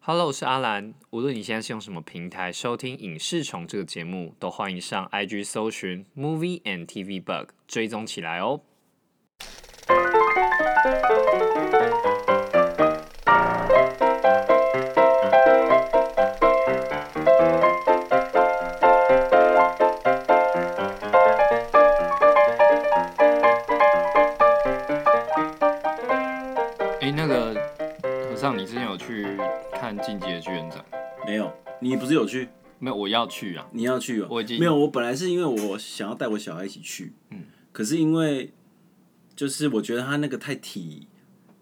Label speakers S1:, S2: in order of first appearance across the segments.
S1: Hello，我是阿兰。无论你现在是用什么平台收听《影视虫》这个节目，都欢迎上 IG 搜寻 Movie and TV Bug 追踪起来哦。哎，那个和尚，你之前有去看《进击的巨人》展？
S2: 没有，你不是有去？
S1: 没有，我要去啊。
S2: 你要去哦、
S1: 我已经
S2: 没有。我本来是因为我想要带我小孩一起去，嗯，可是因为就是我觉得他那个太体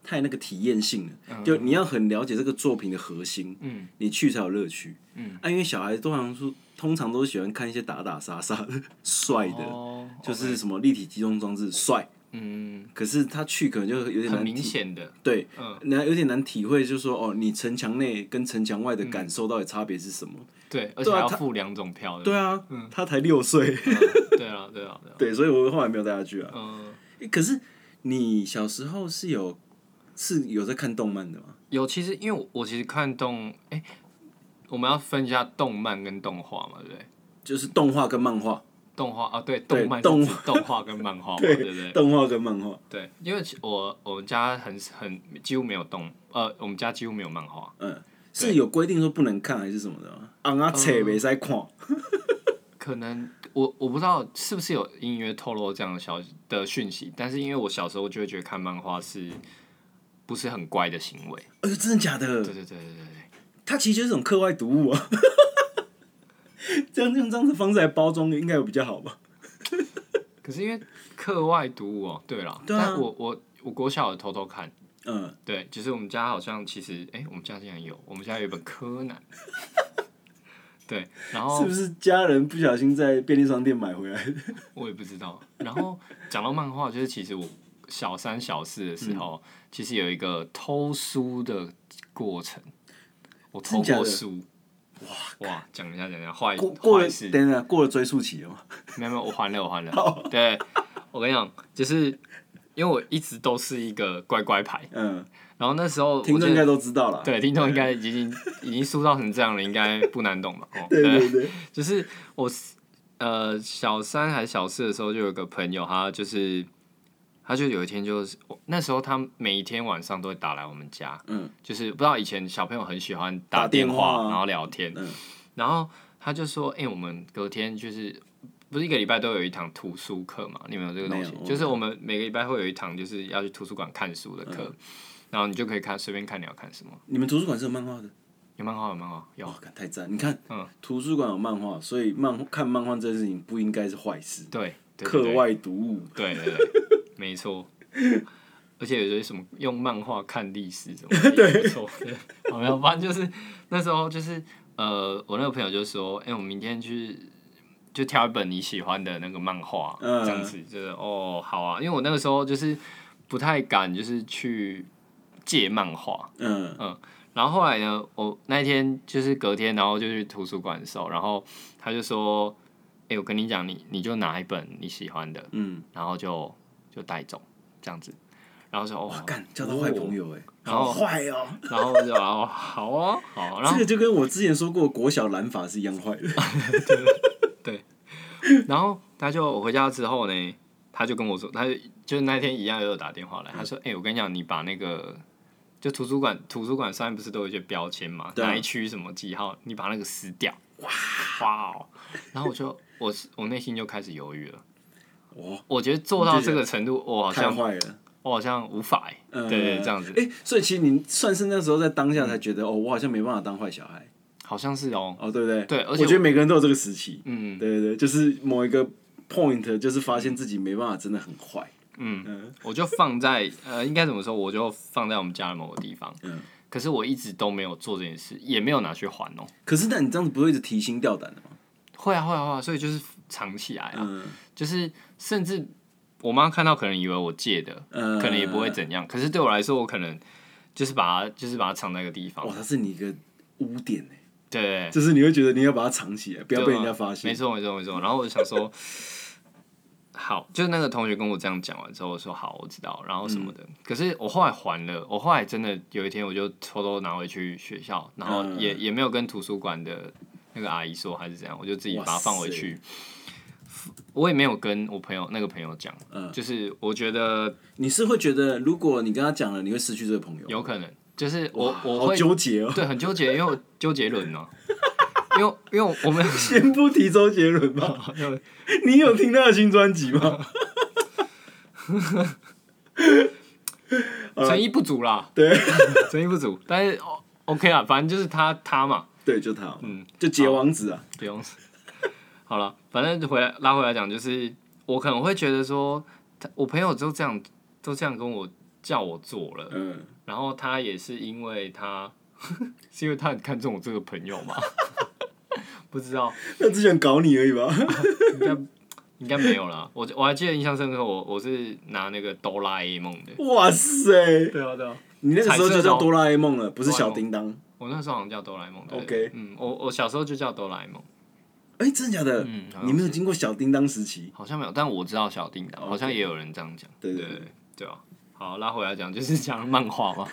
S2: 太那个体验性了，
S1: 嗯
S2: 就你要很了解这个作品的核心，嗯，你去才有乐趣，嗯，啊，因为小孩通常是通常都喜欢看一些打打杀杀的 帅的，
S1: 哦，
S2: 就是什么立体机动装置帅，
S1: 嗯，
S2: 可是他去可能就有点
S1: 很
S2: 难
S1: 明
S2: 体
S1: 显嗯的，
S2: 对，那、有点难体会，就是说哦，你城墙内跟城墙外的
S1: 嗯
S2: 感受到底差别是什么？
S1: 对，而且
S2: 对啊
S1: 还要
S2: 他
S1: 付两种票的。
S2: 对啊，
S1: 嗯
S2: 他才六 岁，
S1: 对啊，对啊，对啊。
S2: 对，所以我后来没有带他去啊。
S1: 嗯，
S2: 欸可是你小时候是有是有在看动漫的吗？
S1: 有，其实因为我我其实看动，哎、我们要分一下动漫跟动画嘛，对不对？
S2: 就是动画跟漫画，
S1: 动画啊，对，
S2: 对
S1: 动漫
S2: 动
S1: 是指动画跟漫画嘛，对不对？
S2: 动画跟漫画，
S1: 对，因为其我我们家很很几乎没有动，呃，我们家几乎没有漫画。
S2: 嗯，是有规定说不能看还是什么的吗？啊啊，册
S1: 嗯
S2: 袂使看，
S1: 可能我我不知道是不是有隐约透露这样的消息的讯息，但是因为我小时候就会觉得看漫画是不是很乖的行为？
S2: 哎呦，真的假的
S1: 对？对对对对对，
S2: 它其实就是一种课外读物啊。 这样用这样的方式来包装，应该有比较好吧？
S1: 可是因为课外读物哦、对了，
S2: 对啊
S1: 但我我我国小有偷偷看，
S2: 嗯，
S1: 对，就是我们家好像其实，哎、我们家竟然有，我们家有一本柯南， 对，然后
S2: 是不是家人不小心在便利商店买回 来的？
S1: 我也不知道。然后讲到漫画，就是其实我小三小四的时
S2: 嗯
S1: 候，其实有一个偷书的过程，我偷
S2: 真假
S1: 过
S2: 的
S1: 书。哇哇，讲一下讲一下坏
S2: 过过
S1: 坏
S2: 了，
S1: 事，
S2: 等等，过了追溯期了嘛？
S1: 没有没有，我还了我还了。对，我跟你讲，就是因为我一直都是一个乖乖牌，
S2: 嗯，
S1: 然后那时候我
S2: 听众
S1: 记
S2: 应
S1: 得
S2: 该都知道了。
S1: 对听众应该已经已经塑造成这样了，应该不难懂吧？哦，
S2: 对对对，
S1: 就是我呃小三还小四的时候，就有个朋友，他就是他就有一天就是我那时候他每一天晚上都会打来我们家，
S2: 嗯，
S1: 就是不知道以前小朋友很喜欢
S2: 打
S1: 电
S2: 电话啊
S1: 然后聊天，
S2: 嗯
S1: 然后他就说，哎、我们隔天就是。不是一个礼拜都有一堂图书课嘛？你们有这个东西
S2: 没有，
S1: 就是我们每个礼拜会有一堂，就是要去图书馆看书的课，
S2: 嗯
S1: 然后你就可以看随便看你要看什么，
S2: 你们图书馆是有漫画的。
S1: 有漫画有漫画有
S2: 哇，干太赞！你看，
S1: 嗯
S2: 图书馆有漫画，所以漫看漫画这件事情不应该是坏事，
S1: 对对对
S2: 课
S1: 对
S2: 外读物。
S1: 对对对，没 错。而且有些什么用漫画看历史 什么的，也不错。对好没有，反正就是那时候就是呃，我那个朋友就说，哎、我们明天去就挑一本你喜欢的那个漫画，
S2: 嗯
S1: 这样子，就是哦，好啊，因为我那个时候就是不太敢就是去借漫画，
S2: 嗯，
S1: 然后后来呢，我那一天就是隔天，然后就去图书馆的时候，然后他就说，哎、我跟你讲，你你就拿一本你喜欢的，
S2: 嗯，
S1: 然后就就带走这样子，然后说哦，
S2: 干交到坏朋
S1: 友，
S2: 友哎、
S1: 然后
S2: 好坏哦！
S1: 然后我就哦好哦好， 然
S2: 这
S1: 后
S2: 个就跟我之前说过国小蓝法是一样坏 的。
S1: 然后他就我回家之后呢，他就跟我说，他就就是那天一样又有打电话来，他说哎、我跟你讲，你把那个就图书馆图书馆上面不是都有一些标签嘛，
S2: 对啊
S1: 哪一区什么几号，你把那个撕掉，哇哦，然后我就我是我内心就开始犹豫了，
S2: 哇，
S1: 我觉得做到这个程度，我好
S2: 太
S1: 像
S2: 坏了。
S1: 我好像无法、欸，
S2: 嗯，
S1: 对对，这样子，嗯
S2: 哎、所以其实你算是那时候在当下才觉得，哦，我好像没办法当坏小孩，
S1: 好像是哦，
S2: 哦，对不对？
S1: 对而且
S2: 我觉得每个人都有这个时期。
S1: 嗯。
S2: 对对对，就是某一个 point，就是发现自己没办法，真的很坏。
S1: 我就放在呃，应该怎么说？我就放在我们家的某个地方。
S2: 嗯
S1: 可是我一直都没有做这件事，也没有拿去还哦、
S2: 可是，那你这样子不会一直提心吊胆的吗？
S1: 会啊，会啊，会啊，所以就是藏起来啊，
S2: 嗯，
S1: 就是甚至我妈看到可能以为我借的，
S2: 嗯
S1: 可能也不会怎样。可是对我来说，我可能就是把它，就是把它藏在一个地方
S2: 哇，。它是你一个污点哎、
S1: 对，
S2: 就是你会觉得你要把它藏起来，不
S1: 不
S2: 要被人家发现
S1: 没。错，没错，没错。然后我就想说，好，就是那个同学跟我这样讲完之后，我说好，我知道，然后什
S2: 嗯
S1: 么的。可是我后来还了，我后来真的有一天，我就偷偷拿回去学校，然后
S2: 嗯
S1: 也、也没有跟图书馆的那个阿姨说，还是怎样，我就自己把它放回去。我也没有跟我朋友那个朋友讲，
S2: 嗯
S1: 就是我觉得
S2: 你是会觉得，如果你跟他讲了，你会失去这个朋友，
S1: 有可能，就是我
S2: 哇
S1: 我
S2: 好
S1: 会
S2: 纠结哦。
S1: 对很纠结，因为我周杰伦呢、因为因为我们
S2: 先不提周杰伦 吧，你有听他的新专辑吗？
S1: 诚意不足啦，
S2: 呃对，
S1: 诚意不足，但是哦 OK 啦，反正就是他他嘛，
S2: 对，就他，嗯，就结王子啊，
S1: 不用。 好了，反正回来拉回来讲，就是我可能会觉得说，他我朋友都这样都这样跟我叫我做了，
S2: 嗯，
S1: 然后他也是因为他 是因为他很看重我这个朋友嘛， 不知道
S2: 他只想搞你而已吧？
S1: 应该应该没有啦。我我还记得印象深刻，我我是拿那个哆啦 A 梦的，
S2: 哇塞，
S1: 对啊对啊，
S2: 你那个时候就
S1: 彩色的
S2: 叫
S1: 哦
S2: 哆啦 A 梦了，不是小叮当？
S1: 我那时候好像叫哆啦 A 梦。对
S2: OK
S1: 嗯，我我小时候就叫哆啦 A 梦，
S2: 哎，真的假的
S1: 嗯好？像
S2: 你没有经过小叮当时期？
S1: 好像没有，但我知道小叮当，
S2: OK
S1: 好像也有人这样讲。
S2: 哦对
S1: 对
S2: 对对
S1: 对啊。好，拉回来讲，就是讲漫画嘛。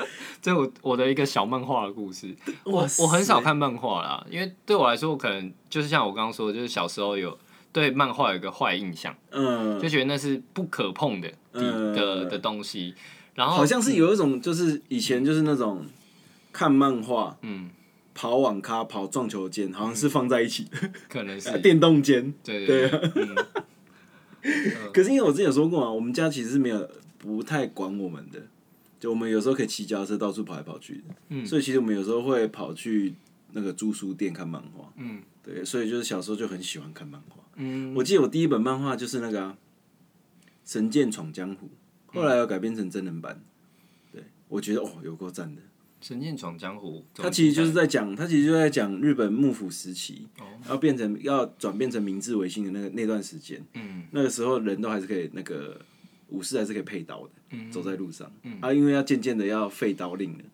S1: 这我我的一个小漫画的故事，我
S2: 哇塞
S1: 我很少看漫画啦，因为对我来说，我可能就是像我刚刚说的，就是小时候有对漫画有一个坏印象，
S2: 嗯
S1: 就，觉得那是不可碰的的
S2: 嗯
S1: 的的东西。然后嗯
S2: 好像是有一种，就是以前就是那种看漫画、
S1: 嗯，
S2: 跑网咖、跑撞球间，好像是放在一起，
S1: 可能嗯是
S2: 电动间。
S1: 对对对，嗯
S2: 可是因为我之前有说过嘛，我们家其实是没有不太管我们的，就我们有时候可以骑脚踏车到处跑来跑去的，
S1: 嗯
S2: 所以其实我们有时候会跑去那个租书店看漫画，
S1: 嗯
S2: 对，所以就是小时候就很喜欢看漫画。
S1: 嗯
S2: 我记得我第一本漫画就是那个、啊《神剑闯江湖》，后来有改编成真人版，对我觉得哦有够赞的。
S1: 神剑闯江湖》怎么
S2: 他
S1: 讲，
S2: 其实就是在讲，他其实就在讲日本幕府时期，然后变成要转变成明治维新的那个那段时间，
S1: 嗯，
S2: 那个时候人都还是可以那个武士还是可以配刀的，走在路上，啊，因为要渐渐的要废刀令了，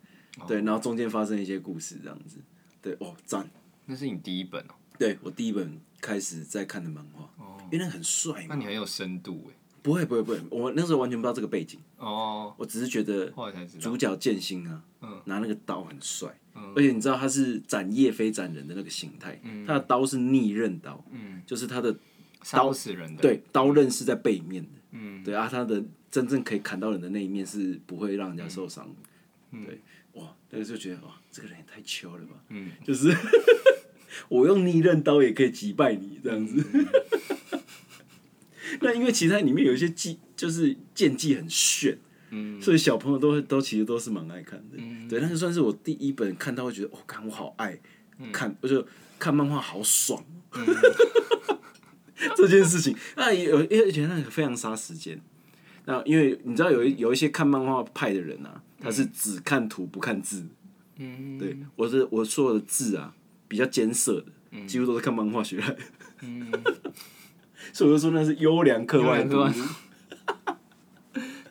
S2: 对，然后中间发生一些故事这样子，对，哦，赞，
S1: 那是你第一本哦、
S2: 对我第一本开始在看的漫画，因为那个很帅
S1: 那
S2: 嘛，
S1: 你很有深度哎、
S2: 不会不会不会，我那时候完全不知道这个背景，
S1: 哦，
S2: 我只是觉得
S1: 后来才知道。
S2: 主角剑心啊，
S1: 嗯
S2: 拿那个刀很帅，而且你知道他是斩叶非斩人的那个形态，
S1: 嗯
S2: 他的刀是逆刃刀，就是他的
S1: 烧死人的，，
S2: 对刀刃是在背面的，对啊，他的真正可以砍到人的那一面是不会让人家受伤的，对，哇，那个时候觉得哇，这个人也太秋了吧，就是 我用逆刃刀也可以击败你这样子。 那因为其他里面有一些技，就是剑技很炫，所以小朋友都会都其实都是蛮爱看的。对，那就算是我第一本看到会觉得，哦，看我好爱看，我就看漫画好爽。 这件事情，那也有，而且那个非常杀时间。那因为你知道有一有一些看漫画派的人啊，他是只看图不看字。
S1: 嗯，
S2: 对，我是我所有的字啊比较艰涩
S1: 嗯
S2: 的，几乎都是看漫画学来的。 所以我就说那是优良课外
S1: 优
S2: 读
S1: 良
S2: 物。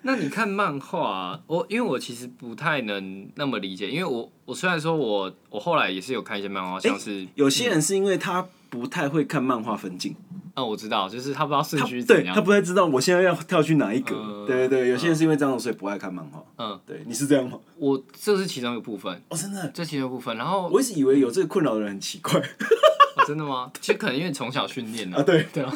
S1: 那你看漫画啊、我因为我其实不太能那么理解，因为我我虽然说我我后来也是有看一些漫画，像是
S2: 有些人是因为他不太会看漫画分镜，
S1: 啊我知道，就是他不知道顺
S2: 他
S1: 序是
S2: 对
S1: 怎
S2: 他
S1: 样，
S2: 不太知道我现在要跳去哪一格。
S1: 嗯
S2: 对对对，有些人是因为这样，所以不爱看漫画。
S1: 嗯，
S2: 对，你是这样吗？
S1: 我这是其中一个部分，
S2: 哦，真的，
S1: 这其中一个部分，然后、
S2: 我一直以为有这个困扰的人很奇怪
S1: 哦真的吗？其实可能因为从小训练
S2: 啊。
S1: 了，
S2: 对，
S1: 对啊。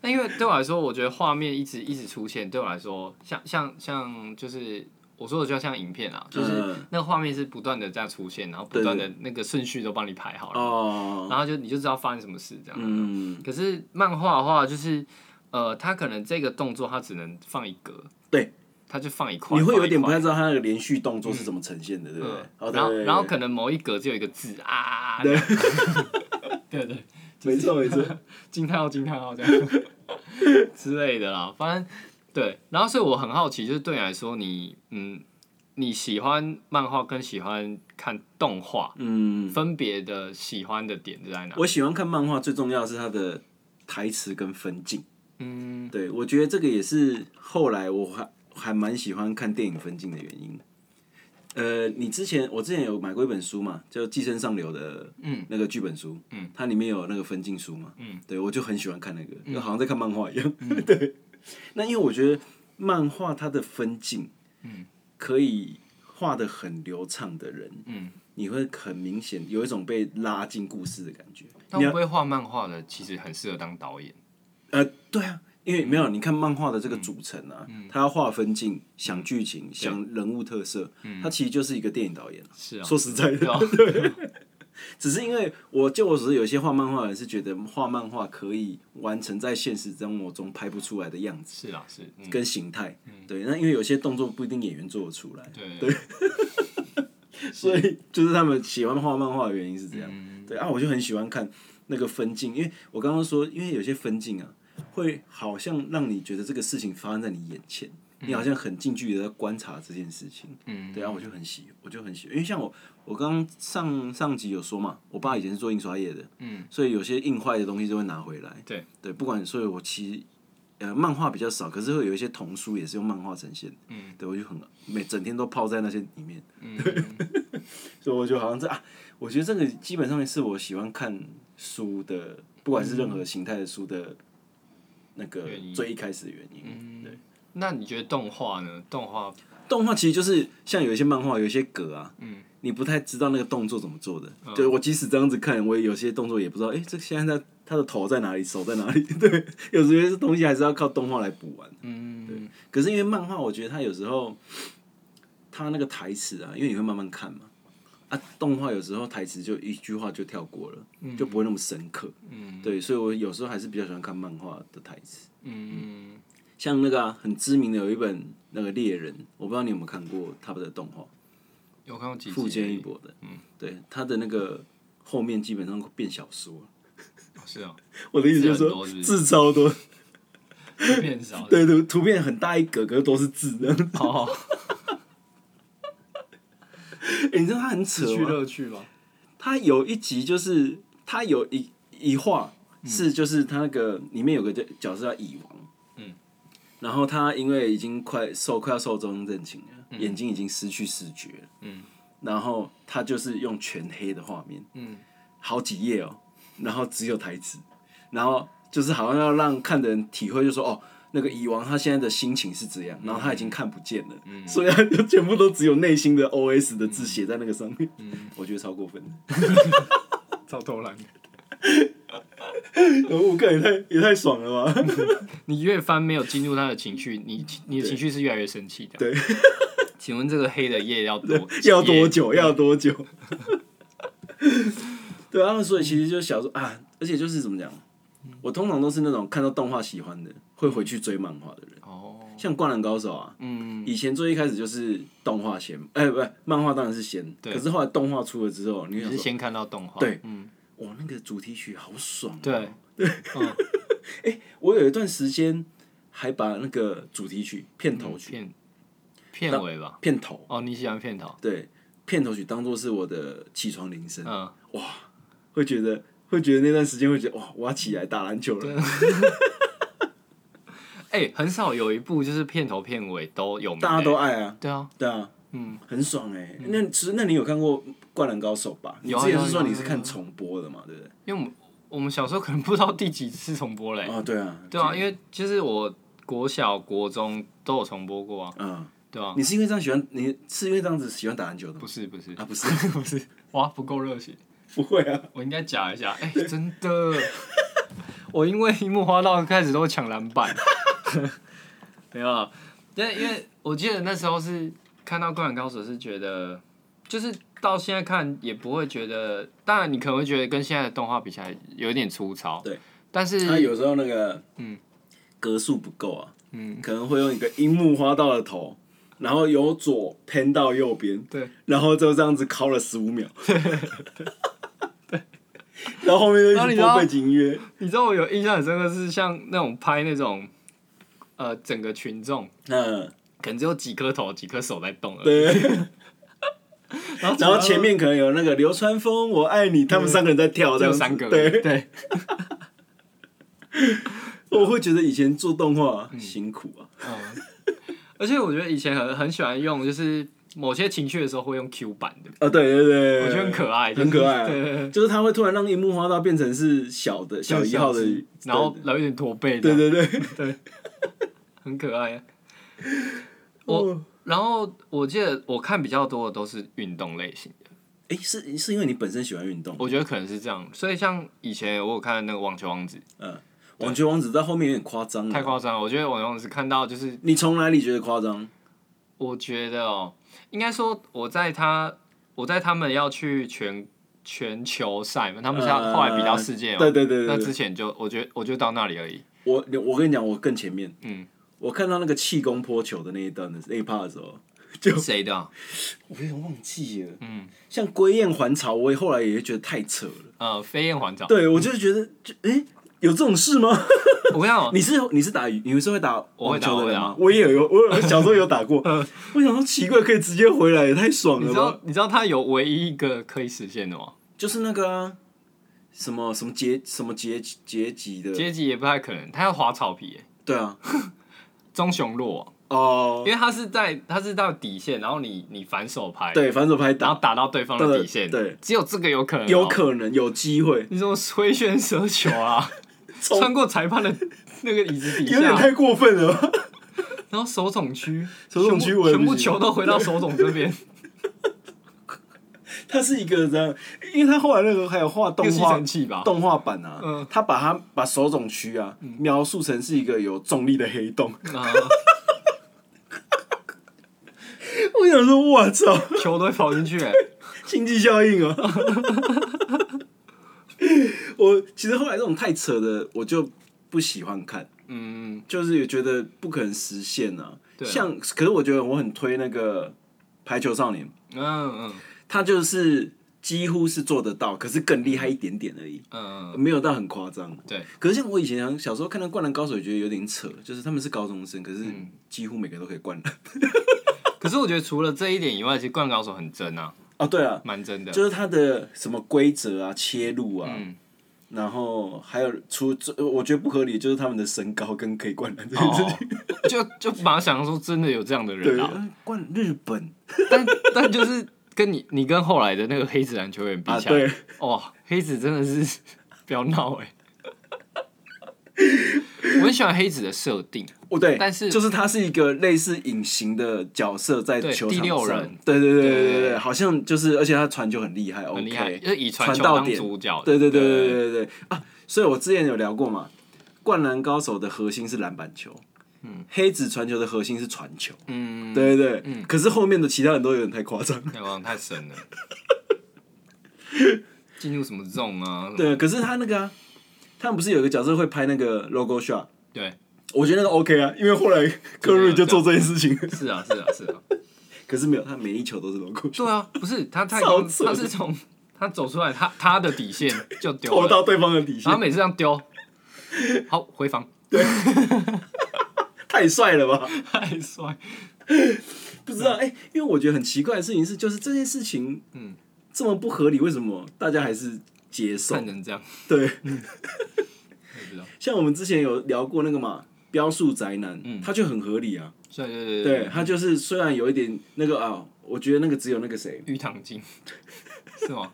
S1: 那因为对我来说，我觉得画面一直一直出现，对我来说，像像像就是我说的，就像影片啊，就是
S2: 嗯
S1: 那个画面是不断的在出现，然后不断的那个顺序都帮你排好了，
S2: 哦，
S1: 然后就你就知道发生什么事这样。
S2: 嗯，
S1: 可是漫画的话，就是呃，它可能这个动作它只能放一格，
S2: 对，
S1: 它就放一块，
S2: 你会有
S1: 放一
S2: 点不
S1: 块
S2: 太知道他那个连续动作是怎么呈现的，对不对
S1: 嗯？
S2: 哦，对
S1: 然后
S2: 对对
S1: 然后可能某一格只有一个字啊啊，啊啊这样 对对，
S2: 没错 没错，
S1: 惊叹号惊叹号这样之类的啦，反正对，然后所以我很好奇，就是对你来说，你嗯，你喜欢漫画跟喜欢看动画，
S2: 嗯，
S1: 分别的喜欢的点是在哪？
S2: 我喜欢看漫画，最重要的是它的台词跟分镜。
S1: 嗯
S2: 对，我觉得这个也是后来我还还蛮喜欢看电影分镜的原因。呃，你之前我之前有买过一本书嘛，叫《寄生上流》的，嗯，那个剧本书，嗯，它里面有那个分镜书嘛，嗯，对我就很喜欢看那个，就好像在看漫画一样， 对。那因为我觉得漫画它的分镜，嗯，可以画的很流畅的人，嗯，你会很明显有一种被拉进故事的感觉。
S1: 那会不会画漫画的其实很适合当导演？
S2: 呃，对啊，因为没有你看漫画的这个组成啊，
S1: 嗯
S2: 它要画分镜、想剧情、想人物特色，它其实就是一个电影导演啊。
S1: 嗯是啊
S2: 说实在
S1: 对啊
S2: 的，对。只是因为我就我所知，有些画漫画的人是觉得画漫画可以完成在现实生活中拍不出来的样子
S1: 是啦，是，嗯，
S2: 跟形态。对，那因为有些动作不一定演员做得出来，
S1: 对对，
S2: 所以就是他们喜欢画漫画的原因是这样。对啊，我就很喜欢看那个分镜，因为我刚刚说，因为有些分镜啊，会好像让你觉得这个事情发生在你眼前，你好像很近距离的观察这件事情。
S1: 嗯，
S2: 对啊，我就很喜，我就很喜，因为像我，我刚上上集有说嘛，我爸以前是做印刷业的，
S1: 嗯，
S2: 所以有些印坏的东西就会拿回来。
S1: 对
S2: 对，不管，所以我其实。呃，漫画比较少，可是会有一些童书也是用漫画呈现。
S1: 嗯，
S2: 对，我就很每整天都泡在那些里面。
S1: 嗯，
S2: 所以我就好像这啊，我觉得这个基本上是我喜欢看书的，不管是任何形态的书的，那个
S1: 嗯原因嗯
S2: 最一开始的原因。对，
S1: 那你觉得动画呢？动画
S2: 动画其实就是像有一些漫画，有一些格啊，嗯，你不太知道那个动作怎么做的。对我即使这样子看，我也有些动作也不知道，哎、这现在他的头在哪里，手在哪里？ 对，有时候东西还是要靠动画来补完。
S1: 嗯，
S2: 可是因为漫画，我觉得它有时候，它那个台词啊，因为你会慢慢看嘛，啊，动画有时候台词就一句话就跳过了，就不会那么深刻。
S1: 嗯，
S2: 对，所以我有时候还是比较喜欢看漫画的台词。
S1: 嗯，
S2: 像那个、啊、很知名的有一本那个猎人，我不知道你有没有看过他们的动画，
S1: 有看过几集？
S2: 富坚义博的，嗯，对，他的那个后面基本上变小说了。
S1: 哦是啊，
S2: 我的意思就是
S1: 字很多
S2: 说，
S1: 是不是
S2: 字超多，
S1: 变少 了。
S2: 对对，图片很大一格，可是都是字这样子。
S1: 哦，
S2: 哎你知道他很扯
S1: 自去
S2: 吗？
S1: 乐趣吗？
S2: 他有一集就是他有一一话是就是他那个里面有个角角色叫蚁王，
S1: 嗯，
S2: 然后他因为已经快受快要寿终正寝了，眼睛已经失去视觉了，
S1: 嗯，
S2: 然后他就是用全黑的画面，
S1: 嗯，
S2: 好几页哦，然后只有台词，然后就是好像要让看的人体会，就说哦。那个蚁王他现在的心情是这
S1: 嗯
S2: 样，然后他已经看不见了，所以他就全部都只有内心的 OS 的字写在那个上面，
S1: 嗯
S2: 我觉得超过分的。
S1: 超偷懒。
S2: 我看也太也太爽了吧！
S1: 你越翻没有进入他的情绪，你你的情绪是越来越生气的。
S2: 对，
S1: 请问这个黑的夜要多
S2: 要多？久？要多久？ 对啊，所以其实就小时候啊，而且就是怎么讲，我通常都是那种看到动画喜欢的，会回去追漫画的人。
S1: 哦，
S2: 像《灌篮高手》啊，
S1: 嗯，
S2: 以前最一开始就是动画先，哎、不是漫画当然是先，
S1: 对
S2: 可是后来动画出了之后，
S1: 你
S2: 你会想
S1: 是
S2: 说，
S1: 先看到动画？
S2: 对
S1: 嗯，
S2: 哇，那个主题曲好爽、啊！
S1: 对，
S2: 我有一段时间还把那个主题曲、片头曲、
S1: 片嗯片尾吧。
S2: 片头，
S1: 哦，你喜欢片头？
S2: 对，片头曲当做是我的起床铃声。
S1: 嗯，
S2: 会觉得会觉得那段时间会觉得哇，我要起来打篮球了。
S1: 哎、很少有一部就是片头片尾都有名、
S2: 大家都爱啊，
S1: 哎对啊，
S2: 对啊，
S1: 嗯，
S2: 很爽哎、那其实那你有看过《灌篮高手》吧？你
S1: 有啊
S2: 之前
S1: 有啊
S2: 是说你是
S1: 有啊
S2: 看重播的嘛，对不对？
S1: 因为我们我们小时候可能不知道第几次重播嘞、
S2: 哦，对啊，
S1: 对啊，因为就是我国小、国中都有重播过啊，
S2: 嗯，
S1: 对啊，
S2: 你是因为这样喜欢，你是因为这样子喜欢打篮球的吗
S1: 不？是不是，
S2: 啊，不是，
S1: 不是，哇，不够热血，
S2: 不会啊，
S1: 我应该假一下， 哎、真的，我因为樱木花道开始都抢篮板， 没有啊，但因为我记得那时候是看到《灌篮高手》是觉得，就是到现在看也不会觉得，当然你可能会觉得跟现在的动画比起来有点粗糙，
S2: 对，
S1: 但
S2: 他
S1: 是
S2: 有时候那个
S1: 嗯
S2: 格数不够啊，
S1: 嗯，
S2: 可能会用一个樱木花道的头，然后由左偏到右边，
S1: 对，
S2: 然后就这样子敲了十 五秒。然后后面就
S1: 然后你
S2: 一直
S1: 知道
S2: 播背景音乐，
S1: 你知道我有印象很深刻是像那种拍那种，呃，整个群众
S2: 嗯，
S1: 可能只有几颗头、几颗手在动而已，
S2: 对。
S1: 然后
S2: 然后前面可能有那个流川枫，我爱你，他们三个人在跳，
S1: 只
S2: 这
S1: 有
S2: 样子
S1: 三个，
S2: 对，
S1: 对。
S2: 我会觉得以前做动画辛苦啊，
S1: 嗯嗯，而且我觉得以前很很喜欢用，就是某些情绪的时候会用 Q 版的，
S2: 啊，对对对，
S1: 我觉得很可爱，就是
S2: 很可爱啊
S1: 对对对，
S2: 就是他会突然让樱木花道变成是小的小一号的
S1: 只，然后然后有点驼背这
S2: 对
S1: 样，
S2: 对对，
S1: 很可爱啊。
S2: 哦
S1: 我然后我记得我看比较多的都是运动类型的，
S2: 哎，是是因为你本身喜欢运动，
S1: 我觉得可能是这样。所以像以前我有看那个网球王子，
S2: 嗯，网球王子到后面有点夸张
S1: 太
S2: 了，
S1: 夸张了。我觉得网球王子看到就是，
S2: 你从哪里觉得夸张？
S1: 我觉得哦、应该说我在他我在他们要去全全球赛嘛，他们是要
S2: 呃
S1: 后来比较世界嘛，
S2: 对对对对
S1: 那
S2: 对
S1: 之前就我觉得我就到那里而 已。
S2: 我我跟你讲，我更前面，
S1: 嗯，
S2: 我看到那个气功泼球的那一段的那一 part 的时候，就
S1: 谁的啊？
S2: 我有点忘记了，
S1: 嗯，
S2: 像归雁还巢，我也后来也觉得太扯了，
S1: 呃，飞燕环长。
S2: 对我就是觉得，就哎、有这种事吗？
S1: 我跟你讲，哦
S2: 你是你是打你们是会打
S1: 我会
S2: 网
S1: 打
S2: 球的人
S1: 我
S2: 吗？我也有，我我小时候有 打过，我想说奇怪，可以直接回来，也太爽
S1: 你
S2: 了
S1: 知
S2: 吧
S1: 道？你知道他有唯一一个可以实现的吗？
S2: 就是那个、啊、什么什么结什么结结集的，
S1: 阶级也不太可能，他要滑草皮耶，
S2: 对啊，
S1: 棕熊落网，
S2: 哦、
S1: 因为他是在他是到底线，然后你你反手拍，
S2: 对，反手
S1: 然
S2: 拍
S1: 后
S2: 打，
S1: 打到对方的底线，
S2: 对对
S1: 只有这个有可能哦、
S2: 有可能有机会，
S1: 你怎么挥旋蛇球啊？
S2: 从
S1: 穿过裁判的那个椅子底
S2: 有点
S1: 下，
S2: 太过分了 吧？
S1: 然后手肘区，
S2: 手肘区
S1: 全
S2: 我
S1: 部
S2: 也不
S1: 全部
S2: 行
S1: 球都回到手肘这边，
S2: 他是一个这样，因为他后来那个还有画
S1: 那
S2: 动
S1: 个吸
S2: 画
S1: 尘器吧，
S2: 动画版啊，
S1: 嗯
S2: 他把他把手冢区啊描述成是一个有重力的黑洞，
S1: 啊，
S2: 我想说，我操，
S1: 球都会跑进去、欸，
S2: 经济效应啊！ 我其实后来这种太扯的，我就不喜欢看，
S1: 嗯，
S2: 就是也觉得不可能实现啊。
S1: 对啊
S2: 像，可是我觉得我很推那个《排球少年》，
S1: 嗯嗯
S2: 他就是几乎是做得到，可是更厉害一点点而已，
S1: 嗯嗯，
S2: 没有到很夸张。
S1: 对，
S2: 可是像我以前小时候看到《灌篮高手》，也觉得有点扯，就是他们是高中生，可是
S1: 嗯
S2: 几乎每个都可以灌篮。
S1: 可是我觉得除了这一点以外，其实灌篮高手很真啊，
S2: 哦，对了，
S1: 蛮真的，
S2: 就是他的什么规则啊、切入啊，
S1: 啊嗯
S2: 然后还有除这，我觉得不合理就是他们的身高跟可以灌篮这件事情。
S1: 哦，就就马上想说，真的有这样的人
S2: 对，
S1: 啊，
S2: 呃灌日本
S1: 但但就是跟你你跟后来的那个黑子篮球员比
S2: 啊，
S1: 起来，
S2: 对，
S1: 哇，黑子真的是不要闹哎、我很喜欢黑子的设定，
S2: 哦对，
S1: 但是
S2: 就是他是一个类似隐形的角色在
S1: 对
S2: 球
S1: 第
S2: 场
S1: 六
S2: 上
S1: 人，
S2: 对对对对对
S1: 对对
S2: 对，好像就是，而且他传球很厉害，
S1: 很厉害，
S2: OK，
S1: 就是以传球
S2: 传到
S1: 当
S2: 点
S1: 主角的。
S2: 对对对对对对对啊！所以我之前有聊过嘛，灌篮高手的核心是篮板球，嗯，黑子传球的核心是传球，
S1: 嗯，
S2: 对对对，可是后面的其他人都有点太夸张，
S1: 那王太 神了，进入什么 zone 啊？
S2: 对，可是他那个啊，他们不是有一个角色会拍那个 logo shot，
S1: 对，
S2: 我觉得那个 OK 啊，因为后来科瑞就做这件事情，
S1: 是啊，是啊，是啊，
S2: 可是没有，他每一球都是 logo shot，
S1: 对啊，不是他他已
S2: 超
S1: 经
S2: 扯
S1: 他是从他走出来，他他的底线就丢
S2: 投
S1: 了，
S2: 到对方的底
S1: 然
S2: 线
S1: 后，每次这样 丢，好回防，
S2: 太帅了吧？
S1: 太帅，
S2: 不知道哎、因为我觉得很奇怪的事情是，就是这件事情，
S1: 嗯
S2: 嗯，这么不合理，为什么大家还是接受
S1: 看？成这样，
S2: 对。
S1: 我不知道。
S2: 像我们之前有聊过那个嘛，标速宅男，他就很合理啊。
S1: 对对对
S2: 对，他就是虽然有一点那个啊，我觉得那个只有那个谁，
S1: 鱼塘 精是吗？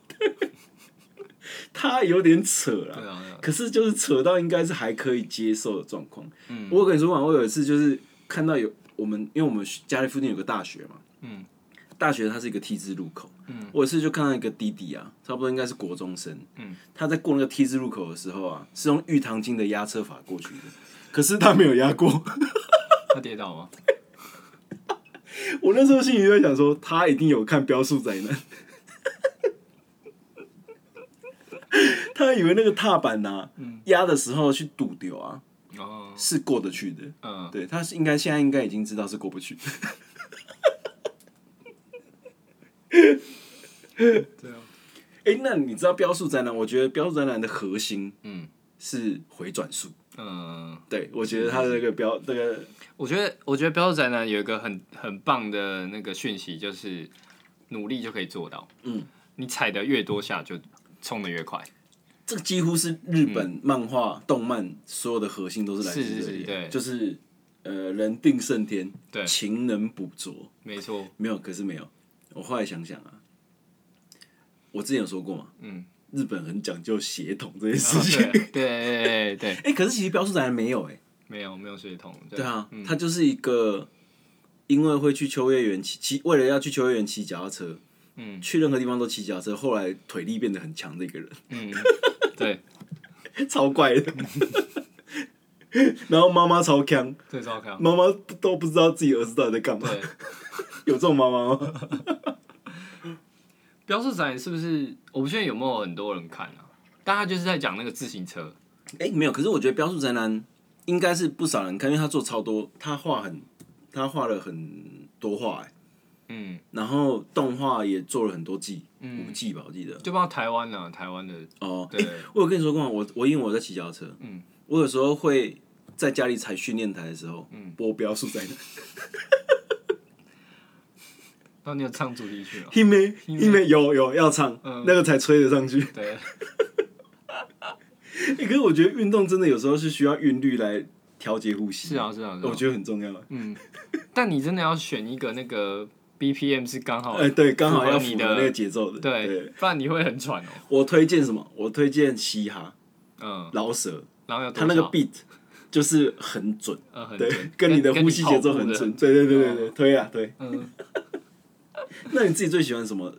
S2: 他有点扯
S1: 对
S2: 了。
S1: 啊，对啊
S2: 可是就是扯到应该是还可以接受的状况。我跟你说嘛，我有一次就是看到有我们，因为我们家里附近有个大学嘛，
S1: 嗯
S2: 大学它是一个 T 字路口，我有一次就看到一个弟弟啊，差不多应该是国中生，
S1: 嗯
S2: 他在过那个 T 字路口的时候啊，是用玉堂经的压车法过去的，可是他没有压过。
S1: 他跌倒吗？
S2: 我那时候心里就在想说，他一定有看《标速宅男》， 他以为那个踏板呐、压的时候去堵丢啊，
S1: 哦，
S2: 是过得去的。
S1: 嗯，
S2: 对，他是应该现在应该已经知道是过不去的。
S1: 对啊，
S2: 哎、那你知道《标速宅男》？我觉得《标速宅男》的核心
S1: 嗯
S2: 是回转数。
S1: 嗯，
S2: 对，我觉得他的那个标那个
S1: 我觉得我觉得标准宅男有一个很很棒的那个讯息，就是努力就可以做到。
S2: 嗯，
S1: 你踩的越多下，就冲的越快。
S2: 这个几乎是日本漫画、动漫所有的核心都是来自
S1: 是是
S2: 这里，
S1: 是对
S2: 就是呃，人定胜天，
S1: 对
S2: 勤能补拙。
S1: 没错，
S2: 没有，可是没有。我后来想想啊，我之前有说过嘛，
S1: 嗯，
S2: 日本很讲究血统这件
S1: 啊
S2: 事情。
S1: 对对对对对，
S2: 哎、可是其实标叔宅没有哎、
S1: 没有没有血统，对嗯
S2: 对啊，他就是一个因为会去秋叶原骑骑，为了要去秋叶原骑脚踏车，
S1: 嗯
S2: 去任何地方都骑脚踏车，后来腿力变得很强的一个人，
S1: 嗯，对，
S2: 超怪的。 然后妈妈超强，
S1: 对照看，啊
S2: 妈妈都不知道自己儿子到底在干嘛，
S1: 对，
S2: 有这种妈妈吗？
S1: 标示展是不是？我不确定有没有很多人看啊，大家就是在讲那个自行车，
S2: 哎、没有，可是我觉得《标速宅男》应该是不少人看，因为他做超多，他画很，他画了很多画、欸，
S1: 嗯，
S2: 然后动画也做了很多季，五季吧，我记得。
S1: 就帮台湾啊，台湾的，
S2: 哦，
S1: 对
S2: 我有跟你说过吗，我我因为我在骑脚踏车，
S1: 嗯
S2: 我有时候会在家里踩训练台的时候，播《标速宅男》
S1: 那你有唱主题曲吗？
S2: 因为因为有有要唱，那个才吹得上去。
S1: 对，
S2: 欸 可是我觉得运动真的有时候是需要韵律来调节呼吸，
S1: 是啊是啊是
S2: 我
S1: 啊，
S2: 觉得很重要。
S1: 但你真的要选一个那个 BPM 是刚好
S2: 哎，，对，刚好要
S1: 符合
S2: 符
S1: 你
S2: 合
S1: 的
S2: 那个节奏的，
S1: 对，不然你会很喘哦，
S2: 我推荐什么？我推荐嘻哈、
S1: 嗯，
S2: 饶舌，
S1: 然后要多
S2: 它那个
S1: 少
S2: beat 就是很准，
S1: 呃很
S2: 对
S1: 准，
S2: 跟你的呼吸节奏
S1: 跟
S2: 很
S1: 你跑步的哦
S2: 准，对对对对对，推啊推。
S1: 嗯，
S2: 那你自己最喜欢什么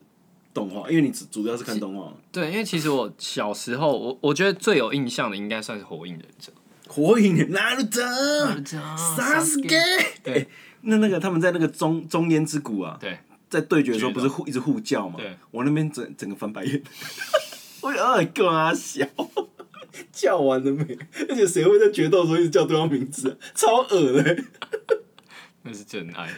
S2: 动画？因为你主主要是看动画嘛，
S1: 对，因为其实我小时候，我我觉得最有印象的应该算是《火影忍者
S2: 《火影》Naruto、》Sasuke。
S1: 对
S2: 哎那那个他们在那个中中间之谷啊，
S1: 对，
S2: 在对决的时候
S1: 决
S2: 不
S1: 斗
S2: 是互一直互叫嘛
S1: 对？
S2: 我那边整整个翻白眼， 我有点跟他笑。叫完了没？而且谁会在决斗的时候一直叫对方名字、啊？超恶的、欸
S1: 那是真爱。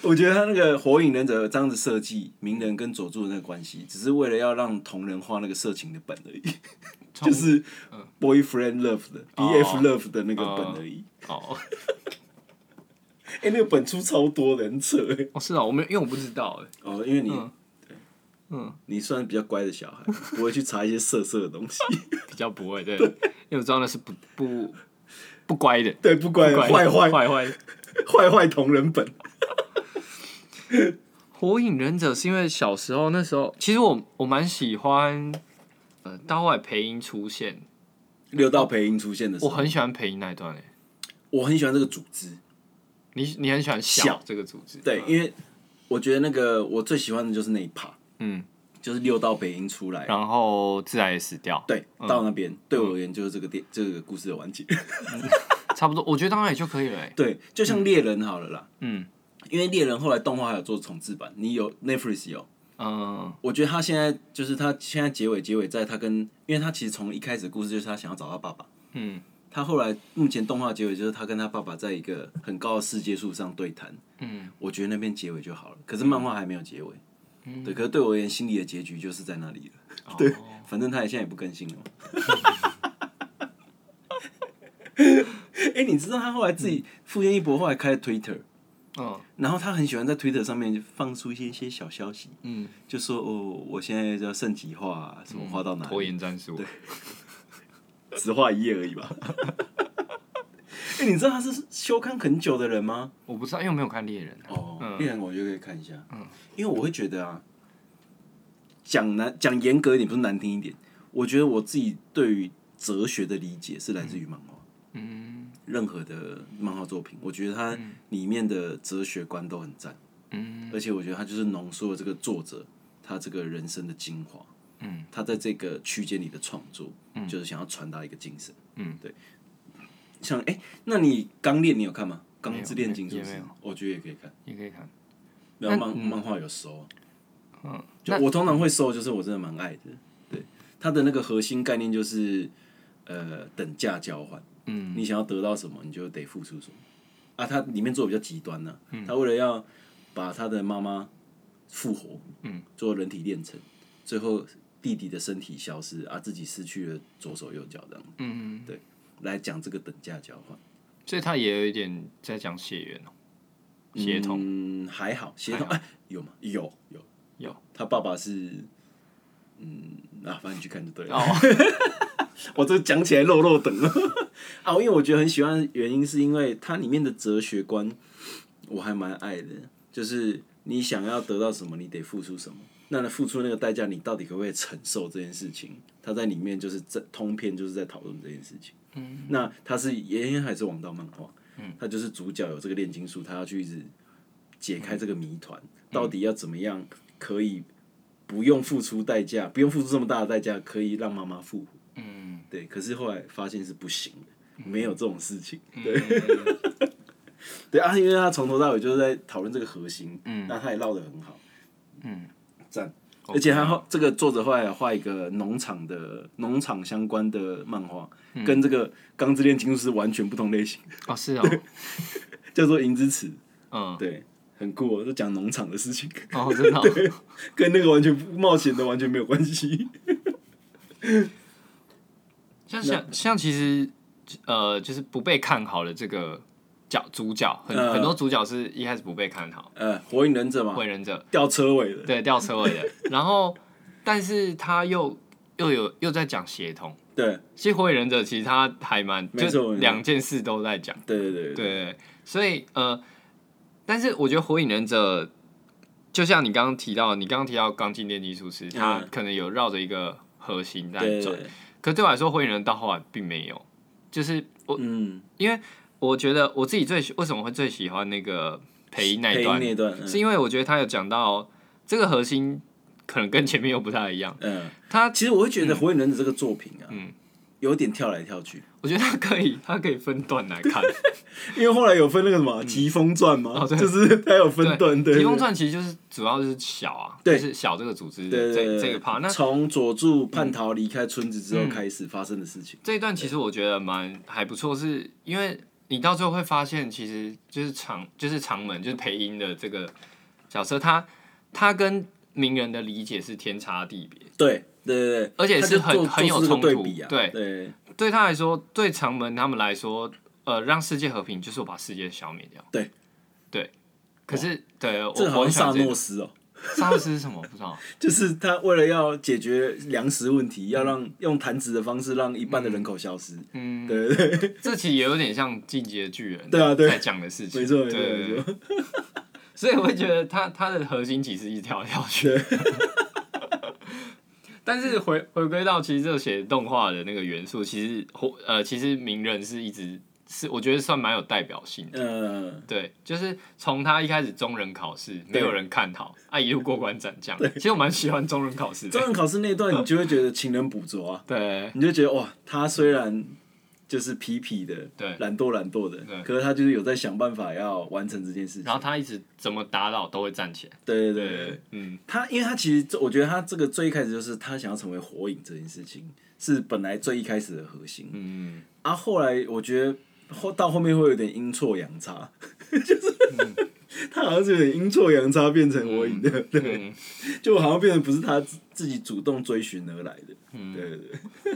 S2: 我觉得他那个《火影忍者》这样子设计鸣人跟佐助的那个关系，只是为了要让同人画那个色情的本 而已，嗯就
S1: 就是
S2: boyfriend love 的、
S1: 哦
S2: BF love 的那个本而已。
S1: 哦，
S2: 哎、那个本出超多的，很扯哎。
S1: 哦是啊，我没有，因为我不知道哎，
S2: 哦，因为你、
S1: 嗯嗯，
S2: 你算比较乖的小孩，不会去查一些色色的东西。
S1: 比较不 会对，因为我知道那是不不不乖的，
S2: 对，不乖
S1: 不
S2: 的
S1: 乖的
S2: 坏坏
S1: 坏坏的。
S2: 坏坏同人本。
S1: 火影忍者是因为小时候那时候，其实我我蛮喜欢，呃，到后来配音出现，
S2: 六道配音出现的时
S1: 我
S2: 候，
S1: 很喜欢配音那一段哎，
S2: 我很喜欢这个组织。
S1: 你你很喜欢小
S2: 小
S1: 这个组织，
S2: 对，因为我觉得那个我最喜欢的就是那一趴，
S1: 嗯，
S2: 就是六道配音出来，
S1: 然后自然也死掉，
S2: 对，到那
S1: 嗯
S2: 边、对我而言就是这个电这个故事的完结。
S1: 差不多，我觉得当然也就可以了哎，
S2: 对，就像猎人好了啦，
S1: 嗯
S2: 因为猎人后来动画还有做重制版，你有 Netflix 有，
S1: 嗯
S2: 我觉得他现在就是他现在结尾结尾在他跟，因为他其实从一开始的故事就是他想要找到爸爸，
S1: 嗯
S2: 他后来目前动画结尾就是他跟他爸爸在一个很高的世界树上对谈，
S1: 嗯，
S2: 我觉得那边结尾就好了，可是漫画还没有结尾，对，可是对我而言心里的结局就是在那里了。
S1: 对，
S2: 反正他也现在也不更新了嘛。哎、你知道他后来自己富坚义博后来开了 Twitter，
S1: 嗯
S2: 然后他很喜欢在 Twitter 上面放出一些一些小消息，
S1: 嗯，
S2: 就说哦，我现在要升级化、啊，什么画到哪
S1: 拖
S2: 里，
S1: 延战术，
S2: 只画一页而已吧。 哎、你知道他是休刊很久的人吗？
S1: 我不知道，因为我没有看猎人啊，
S2: 哦，猎人我就可以看一下，
S1: 嗯
S2: 因为我会觉得啊，讲难讲严格一点，不是难听一点，我觉得我自己对于哲学的理解是来自于漫画，
S1: 嗯
S2: 任何的漫画作品，我觉得它里面的哲学观都很赞，
S1: 嗯
S2: 而且我觉得它就是浓缩了这个作者他这个人生的精华，
S1: 嗯，
S2: 他在这个区间里的创作，就是想要传达一个精神，
S1: 嗯，
S2: 对。像哎、那你《钢炼》你有看吗？《钢之炼金》是不
S1: 也没
S2: 是
S1: 有？
S2: 我觉得也可以看。
S1: 也可以看，
S2: 没有漫漫画有收啊，
S1: 嗯，
S2: 就我通常会收，就是我真的蛮爱的。对，它的那个核心概念就是，呃，等价交换。
S1: 嗯，
S2: 你想要得到什么，你就得付出什么。啊，它里面做的比较极端呢、
S1: 嗯
S2: 他为了要把他的妈妈复活，嗯，做人体炼成，最后弟弟的身体消失，啊，自己失去了左手右脚这样，
S1: 嗯，
S2: 对，来讲这个等价交换。
S1: 所以他也有一点在讲血缘哦，血统。
S2: 嗯，还好，协同
S1: 还
S2: 哎有吗？有有
S1: 有，
S2: 他爸爸是，嗯，啊，反正你去看就对了。
S1: 哦，
S2: 我这讲起来肉肉等 啊！因为我觉得很喜欢，原因是因为它里面的哲学观我还蛮爱的，就是你想要得到什么，你得付出什么。那付出那个代价，你到底可不可以承受这件事情？他在里面就是在通篇就是在讨论这件事情。嗯，那他是也还是王道漫画，嗯，他就是主角有这个炼金术，他要去一直解开这个谜团，到底要怎么样可以不用付出代价，不用付出这么大的代价，可以让妈妈复活。嗯，对。可是后来发现是不行的，没有这种事情。对， 对啊，因为他从头到尾就是在讨论这个核心，嗯，那他也绕得很好，嗯。赞，而且他后这个作者后来画一个农场的农场相关的漫画，跟这个《钢之炼金术师》完全不同类型，
S1: 哦，是哦，
S2: 叫做《银之匙》。
S1: 嗯，
S2: 对，很酷、哦，就讲农场的事情，
S1: 哦，我知道，
S2: 跟那个完全不冒险的完全没有关系。
S1: 像像像其实呃，就是不被看好的这个角主角，很、
S2: 呃
S1: 很多主角是一开始不被看好，
S2: 呃，《火影忍者》嘛，
S1: 会忍者
S2: 掉车尾的，
S1: 对掉车尾的，然后但是他又又有又在讲协同，
S2: 对，
S1: 其实火影忍者其实他还蛮
S2: 没错
S1: 就
S2: 没错
S1: 两件事都在讲。
S2: 对对对
S1: 对，对，所以呃，但是我觉得《火影忍者》就像你刚刚提到，你刚刚提到《钢筋炼金术师》，它
S2: 嗯
S1: 可能有绕着一个核心在
S2: 对
S1: 转，
S2: 对，
S1: 可对我来说，《火影忍者》到后来并没有，就是我
S2: 嗯，
S1: 我觉得我自己最喜为什么会最喜欢那个配音那一
S2: 配音
S1: 段，
S2: 那一段，嗯
S1: 是因为我觉得他有讲到这个核心可能跟前面又不太一样，
S2: 嗯，
S1: 他
S2: 其实我会觉得《火影忍者》这个作品啊，
S1: 嗯
S2: 有点跳来跳去，
S1: 我觉得他可以他可以分段来看，
S2: 因为后来有分那个什么《疾风传》嘛，
S1: 嗯哦对
S2: 就是它有分段， 对，
S1: 对，疾风传其实就是主要就是小啊，就
S2: 对
S1: 是小这个组织
S2: 对，
S1: 的
S2: 对对
S1: 这
S2: 对
S1: 这个 part，那嗯
S2: 从佐助叛逃离开村子之后开始发生的事情，
S1: 这一段其实我觉得蛮还不错，是因为你到最后会发现，其实就是长就是长门就是配音的这个角色，他他跟鸣人的理解是天差地别。
S2: 对对对对，
S1: 而且
S2: 他
S1: 是
S2: 就
S1: 很
S2: 做
S1: 很有
S2: 做出
S1: 冲
S2: 这个对
S1: 突
S2: 比啊，
S1: 对
S2: 对
S1: 对他来说，对长门他们来说，呃，让世界和平就是我把世界消灭掉。
S2: 对
S1: 对，可是对我
S2: 这个好
S1: 我很喜
S2: 像
S1: 欢
S2: 萨
S1: 这
S2: 诺
S1: 个
S2: 斯哦，
S1: 萨诺斯是什么？不知道。
S2: 就是他为了要解决粮食问题，要让用弹指的方式让一半的人口消失，
S1: 嗯，
S2: 对对对，
S1: 这其实也有点像《进阶巨人》
S2: 对啊对
S1: 在讲的事情。
S2: 没错
S1: 对
S2: 没错
S1: 对对
S2: 没错，
S1: 所以我会觉得他他的核心其实一直跳来 跳去。 但是回回归到其实热血动画的那个元素，其实火呃其实鸣人是一直是我觉得算蛮有代表性的。
S2: 嗯，
S1: 对，就是从他一开始中人考试没有人看好，啊一路过关斩将。 其实我蛮喜欢中人考试
S2: 中
S1: 的。
S2: 文考试那一段你就会觉得情人捕捉啊，
S1: 对
S2: 你就觉得哇，他虽然就是痞痞的，
S1: 对
S2: 懒惰懒惰的
S1: 对，
S2: 可是他就是有在想办法要完成这件事情
S1: 然。后他一直怎么打倒都会站起来。
S2: 对对对对对，
S1: 嗯
S2: 他因为他其实这我觉得他这个最一开始就是他想要成为火影这件事情是本来最一开始的核心，
S1: 嗯，
S2: 啊，后来我觉得后到后面会有点阴错阳差， 就是、 他好像是有点阴错阳差变成火影的，对，
S1: 嗯嗯
S2: 就好像变成不是他自自己主动追寻而来的，
S1: 嗯
S2: 对对对，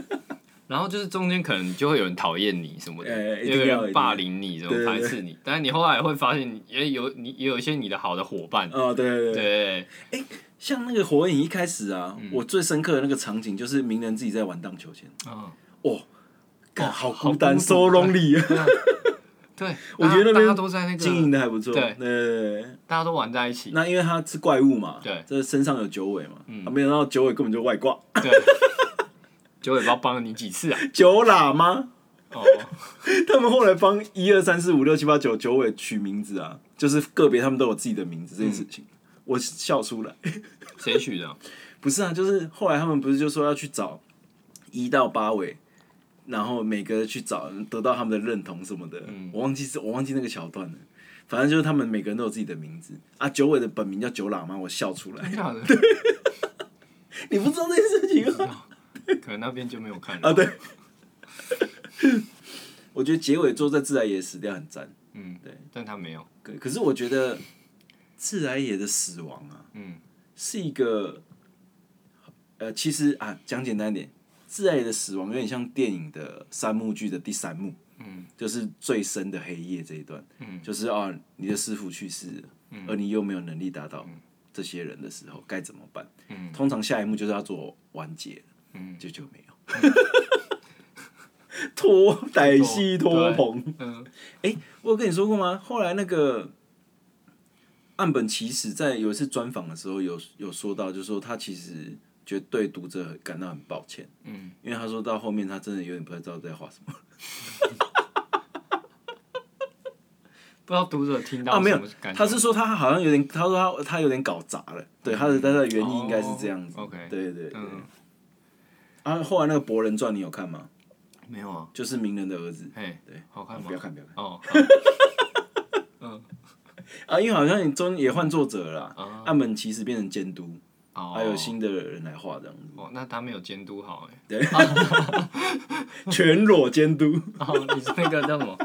S1: 然后就是中间可能就会有人讨厌你什么的，
S2: 哎一
S1: 有
S2: 定要
S1: 人霸凌你，什
S2: 对
S1: 么
S2: 对
S1: 排
S2: 对
S1: 斥你，但是你后来会发现，也有你也有一些你的好的伙伴，
S2: 哦对对对。
S1: 对，
S2: 像那个火影一开始啊，我最深刻的那个场景就是鸣人自己在玩荡秋千，
S1: 嗯，
S2: 哦，干好
S1: 好
S2: 孤单
S1: 孤独
S2: ，so lonely 啊！
S1: 对，
S2: 我觉得那
S1: 大家大
S2: 边
S1: 家都在那
S2: 经营
S1: 个，
S2: 的还不错，
S1: 对
S2: 对对对。
S1: 大家都玩在一起，
S2: 那因为他是怪物嘛，
S1: 对嗯
S2: 这身上有九尾嘛，啊没想到九尾根本就外挂，
S1: 对， 九尾巴帮了你几次啊？
S2: 九喇嘛。
S1: 哦，
S2: 他们后来帮一二三四五六七八九九尾取名字啊，就是个别他们都有自己的名字这件事情，我笑出来。
S1: 谁许 的？
S2: 不是啊，就是后来他们不是就说要去找一到八尾，然后每个去找得到他们的认同什么的。我忘记是我忘记那个桥段了，反正就是他们每个人都有自己的名字啊。九尾的本名叫九喇嘛，我笑出来。
S1: 真的假的？
S2: 你不知道这件事情啊？
S1: 可能那边就没有看
S2: 啊，对。 我觉得结尾做在自来也死掉很赞，
S1: 嗯，
S2: 对，
S1: 但他没有，
S2: 可可是我觉得自来也的死亡啊，
S1: 嗯，
S2: 是一个，呃，其实啊，讲简单点，自爱的死亡有点像电影的三幕剧的第三幕，
S1: 嗯，
S2: 就是最深的黑夜这一段，
S1: 嗯，
S2: 就是啊，你的师傅去世了，嗯，而你又没有能力达到这些人的时候，该怎么办？
S1: 嗯，
S2: 通常下一幕就是要做完结了，
S1: 嗯，
S2: 就就没有， 托歹西托蓬。
S1: 嗯，
S2: 我有跟你说过吗？后来那个岸本齐史在有一次专访的时候有，有说到，就是说他其实觉得对读者感到很抱歉，嗯，因为他说到后面他真的有点不太知道在画什么。
S1: 不知道读者听到
S2: 啊没有
S1: 什么感觉嗯
S2: 他是说他好像有点，他说他他有点搞砸了，对，他的他的原因应该是这样子。
S1: 哦，OK
S2: 对对对。
S1: 嗯
S2: 啊，后来那个《博人传》你有看吗？
S1: 没有啊？
S2: 就是鸣人的儿子。
S1: 嘿，
S2: 对，
S1: 好看吗
S2: 不要？看，不要看
S1: 哦，
S2: 啊！因为好像你中也换作者了啦，
S1: 啊哦
S2: 岸本其实变成监督，
S1: 好
S2: 还有新的人来画这样子，
S1: 哦，那他没有监督好 哎。
S2: 全裸监督。
S1: 哦，你是那个叫什么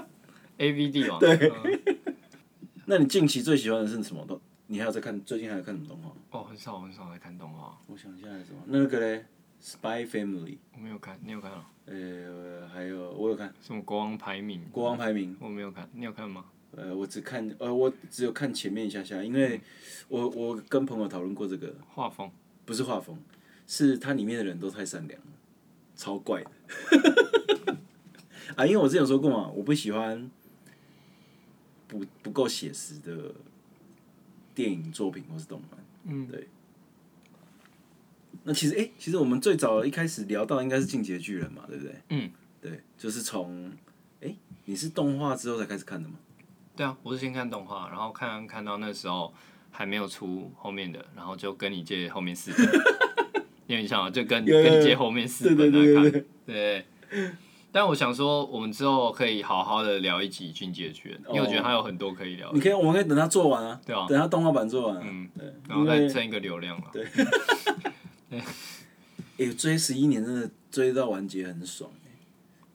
S1: A V D 哦嗯嘛？对。
S2: 那你近期最喜欢的是什么动？你还有在看？最近还有看什么动画？
S1: 哦，很少很少在看动画，
S2: 我想一下还有什么？那个嘞，《Spy Family》，
S1: 我没有看，你有看啊？
S2: 呃，还有我有看《
S1: 什么国王排名？
S2: 国王排名》。
S1: 我没有看，你有看吗？
S2: 呃，我只看呃，我只有看前面一下下，因为我我跟朋友讨论过这个，
S1: 画风
S2: 不是画风，是它里面的人都太善良了，超怪的。 啊，因为我之前有说过嘛，我不喜欢不不够写实的电影作品或是动漫。
S1: 嗯，
S2: 对。那其实，哎、其实我们最早一开始聊到应该是《进击的巨人》嘛，对不对？
S1: 嗯，
S2: 对，就是从，哎、你是动画之后才开始看的吗？
S1: 对啊，我是先看动画，然后看看到那时候还没有出后面的，然后就跟你借后面四 本，因为你想啊就跟
S2: 有有有
S1: 跟你借后面四本
S2: 对对
S1: 来
S2: 对对
S1: 看，对。但我想说，我们之后可以好好的聊一集《进阶圈》，因为我觉
S2: 哦
S1: 得它有很多可以聊的
S2: 你，可以，我们可以等他做完啊，
S1: 对啊
S2: 等他动画版做完、啊，
S1: 嗯
S2: 对，
S1: 然后
S2: 因
S1: 再
S2: 为
S1: 蹭一个流量了。
S2: 诶追十一年真的追到完结很爽、欸、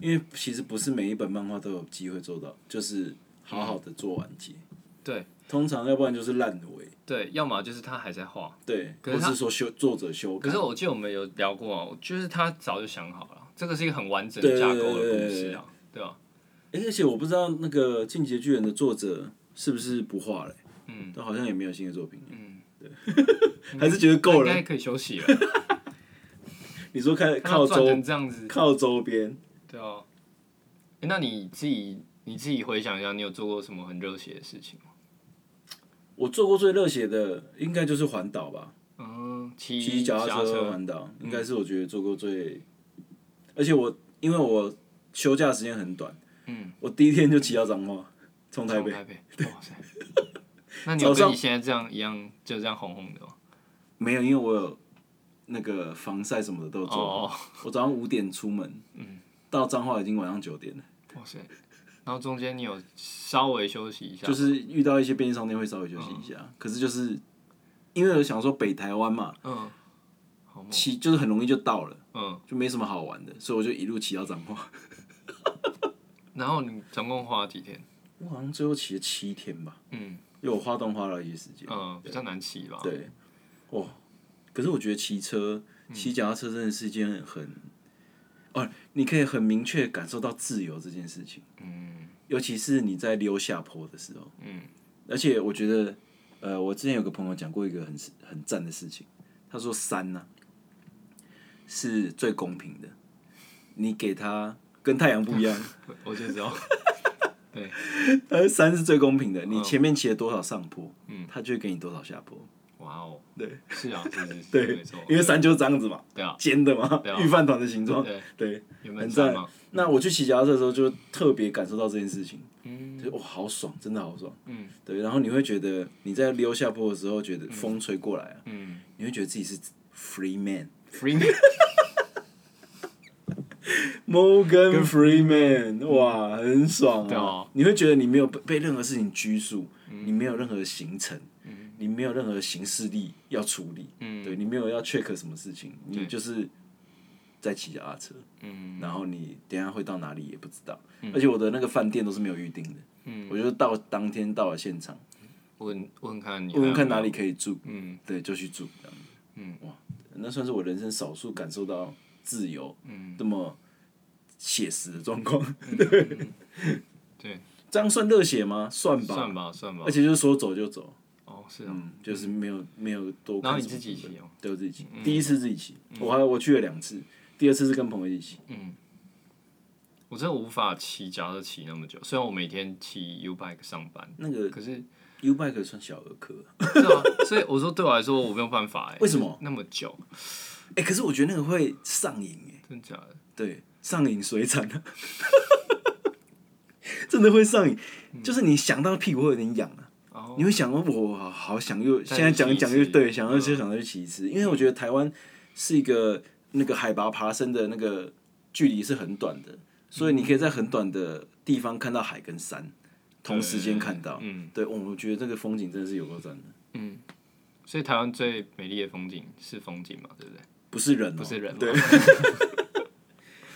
S2: 因为其实不是每一本漫画都有机会做到，就是好好的做完结，
S1: 嗯对
S2: 通常要不然就是烂尾，
S1: 对，要么就是他还在画，
S2: 对，
S1: 可是
S2: 或
S1: 他
S2: 是说修作者修改，
S1: 可是我记得我们有聊过啊，就是他早就想好了，这个是一个很完整
S2: 对
S1: 架构的故事啊，对吧、
S2: 诶而且我不知道那个《进击的巨人》的作者是不是不画了、欸
S1: 嗯
S2: 都好像也没有新的作品，
S1: 嗯，
S2: 还是觉得够
S1: 应该
S2: 了。
S1: 可以休息了。
S2: 你说开
S1: 看他
S2: 靠
S1: 赚
S2: 周
S1: 成这样子，
S2: 靠周边，
S1: 对啊。诶那你自己你自己回想一下，你有做过什么很热血的事情吗？
S2: 我做过最热血的应该就是环岛吧，
S1: 嗯，骑
S2: 骑脚踏车
S1: 车，
S2: 环岛，应该是我觉得做过最，而且我因为我休假时间很短，
S1: 嗯，
S2: 我第一天就骑到彰化，从
S1: 从
S2: 台
S1: 台
S2: 北，
S1: 北，哇 塞！那你有
S2: 早上
S1: 跟你现在这样一样，就这样红红的吗？
S2: 没有，因为我有那个防晒什么的都有做好，
S1: 哦，嗯
S2: 我早上五点出门，到彰化已经晚上九点了，
S1: 哇塞！然后中间你有稍微休息一下，
S2: 就是遇到一些便利商店会稍微休息一下，可是就是因为我想说北台湾嘛，
S1: 嗯，好猛，
S2: 骑就是很容易就到了，
S1: 嗯。
S2: 就没什么好玩的，所以我就一路骑到彰化，
S1: 然后你总共花了几天？
S2: 我好像最后骑了七天吧，
S1: 嗯
S2: 因为我花东花了一些时间。
S1: 嗯，比较难骑吧？
S2: 对，哇！可是我觉得骑车、
S1: 嗯
S2: 骑脚踏车真的是一件很，哦，你可以很明确感受到自由这件事情，
S1: 嗯
S2: 尤其是你在溜下坡的时候。
S1: 嗯，
S2: 而且我觉得，呃，我之前有个朋友讲过一个很很赞的事情，他说山呢、是最公平的，你给他跟太阳不 一样，
S1: 我我就知 道。对，
S2: 而山是最公平
S1: 嗯
S2: 的，你前面骑了多少上坡，嗯，他就会给你多少下坡，
S1: 哇哦，
S2: 对，
S1: 是啊，是是是，
S2: 对
S1: 没错，，
S2: 因为山就是这样子嘛，
S1: 对啊，
S2: 尖的嘛
S1: 对啊，
S2: 御饭团的形状
S1: 对，
S2: 对。
S1: 原本
S2: 很
S1: 山
S2: 赞
S1: 嘛，。
S2: 那我去骑脚踏车的时候，就特别感受到这件事情，
S1: 嗯
S2: 就是哇，好爽，真的好爽。
S1: 嗯
S2: 对，然后你会觉得你在溜下坡的时候，觉得风吹过来啊，
S1: 嗯
S2: 你会觉得自己是 free man。
S1: ，free，
S2: Morgan Freeman，哇，很爽
S1: 对嗯
S2: 啊
S1: 哦！
S2: 你会觉得你没有被被任何事情拘束，你没有任何行程，你没有任何行事力要处理，
S1: 嗯
S2: 对你没有要 check 什么事情，你
S1: 对
S2: 就是在骑脚踏车，
S1: 嗯
S2: 然后你等一下会到哪里也不知道，而且我的那个饭店都是没有预定的，
S1: 嗯
S2: 我就到当天到了现场，
S1: 问问看你，
S2: 问问看哪里，可以住，
S1: 嗯
S2: 对，就去住这样子，嗯，哇，那算是我人生少数感受到自由，嗯，这么写实的状况，
S1: 嗯 对，
S2: 这样算热血吗？算吧，
S1: 算吧算吧
S2: 而，且就是说走就走，
S1: 哦是啊，
S2: 嗯，就是没有没有多
S1: 然
S2: 看
S1: 后你
S2: 什么
S1: 自己
S2: 剧本，
S1: 骑哦，嗯
S2: 对我自己骑，第一次自己骑，我还我去了两次，第二次是跟朋友一起，
S1: 嗯，我真的无法骑脚踏车骑那么久，虽然我每天骑 U bike 上班，
S2: 那个
S1: 可是
S2: U bike 算小儿科，
S1: 对啊，所以我说对我来说我没有办法哎、
S2: 为什么？
S1: 那么久，
S2: 哎、可是我觉得那个会上瘾哎、
S1: 真的假的？
S2: 对，上瘾水产 啊，真的会上瘾，就是你想到屁股会有点痒啊。
S1: 嗯哦
S2: 你会想，我好好想又
S1: 再
S2: 现在讲
S1: 去
S2: 一
S1: 骑
S2: 讲
S1: 一
S2: 又
S1: 次嗯
S2: 对，想要就想再去骑一次，因为我觉得台湾是一个那个海拔爬升的那个距离是很短的，所以你可以在很短的地方看到海跟山，同时间看到。
S1: 嗯
S2: 对，哦我我觉得这个风景真的是有够赞的，
S1: 嗯，所以台湾最美丽的风景是风景嘛，对不对？
S2: 不是人、哦，
S1: 不是人嘛，
S2: 对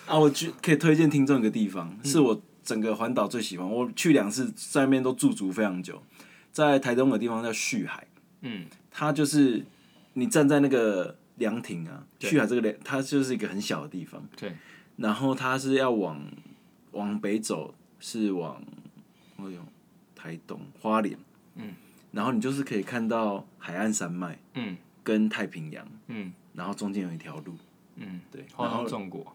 S2: 啊，我去可以推荐听众一个地方，
S1: 嗯
S2: 是我整个环岛最喜欢，我去两次，在那边都驻足非常久，在台东的地方叫旭海。
S1: 嗯，
S2: 它就是你站在那个凉亭啊，去海这个凉，它就是一个很小的地方，
S1: 对，
S2: 然后它是要往往北走，是往哎呦台东花莲，
S1: 嗯，
S2: 然后你就是可以看到海岸山脉
S1: 嗯
S2: 跟太平洋，
S1: 嗯
S2: 然后中间有一条路，
S1: 嗯，
S2: 对，
S1: 花
S2: 然后
S1: 东纵果，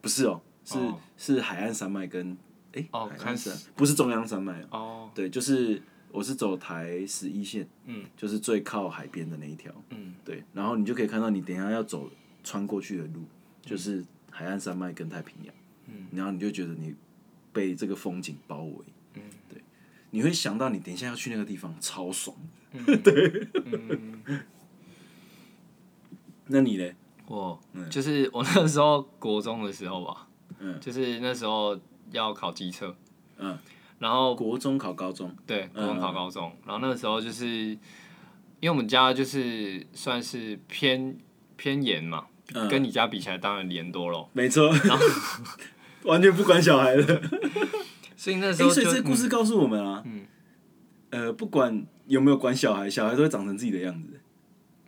S2: 不是哦，是、
S1: 哦
S2: 是海岸山脉跟哎、
S1: 哦
S2: 海
S1: 开
S2: 岸
S1: 始
S2: 山不是中央山脉哦，
S1: 哦，
S2: 对，就是我是走台十一线，
S1: 嗯，
S2: 就是最靠海边的那一条，
S1: 嗯，
S2: 对，然后你就可以看到你等一下要走穿过去的路，就是海岸山脉跟太平洋，嗯，然后你就觉得你被这个风景包围，嗯，对，你会想到你等一下要去那个地方，超爽的。
S1: 嗯
S2: 对，那你嘞？
S1: 我就是我那时候国中的时候吧，
S2: 嗯
S1: 就是那时候要考机测，
S2: 嗯，
S1: 然后
S2: 国中考高中，
S1: 对，
S2: 嗯
S1: 国中考高中，然后那时候就是因为我们家就是算是偏偏严嘛，
S2: 嗯
S1: 跟你家比起来当然严多咯，
S2: 没错，完全不管小孩 了。
S1: 所以那时
S2: 欸
S1: 候
S2: 所以
S1: 就、嗯
S2: 这故事告诉我们啊，呃，不管有没有管小孩，小孩都会长成自己的样子。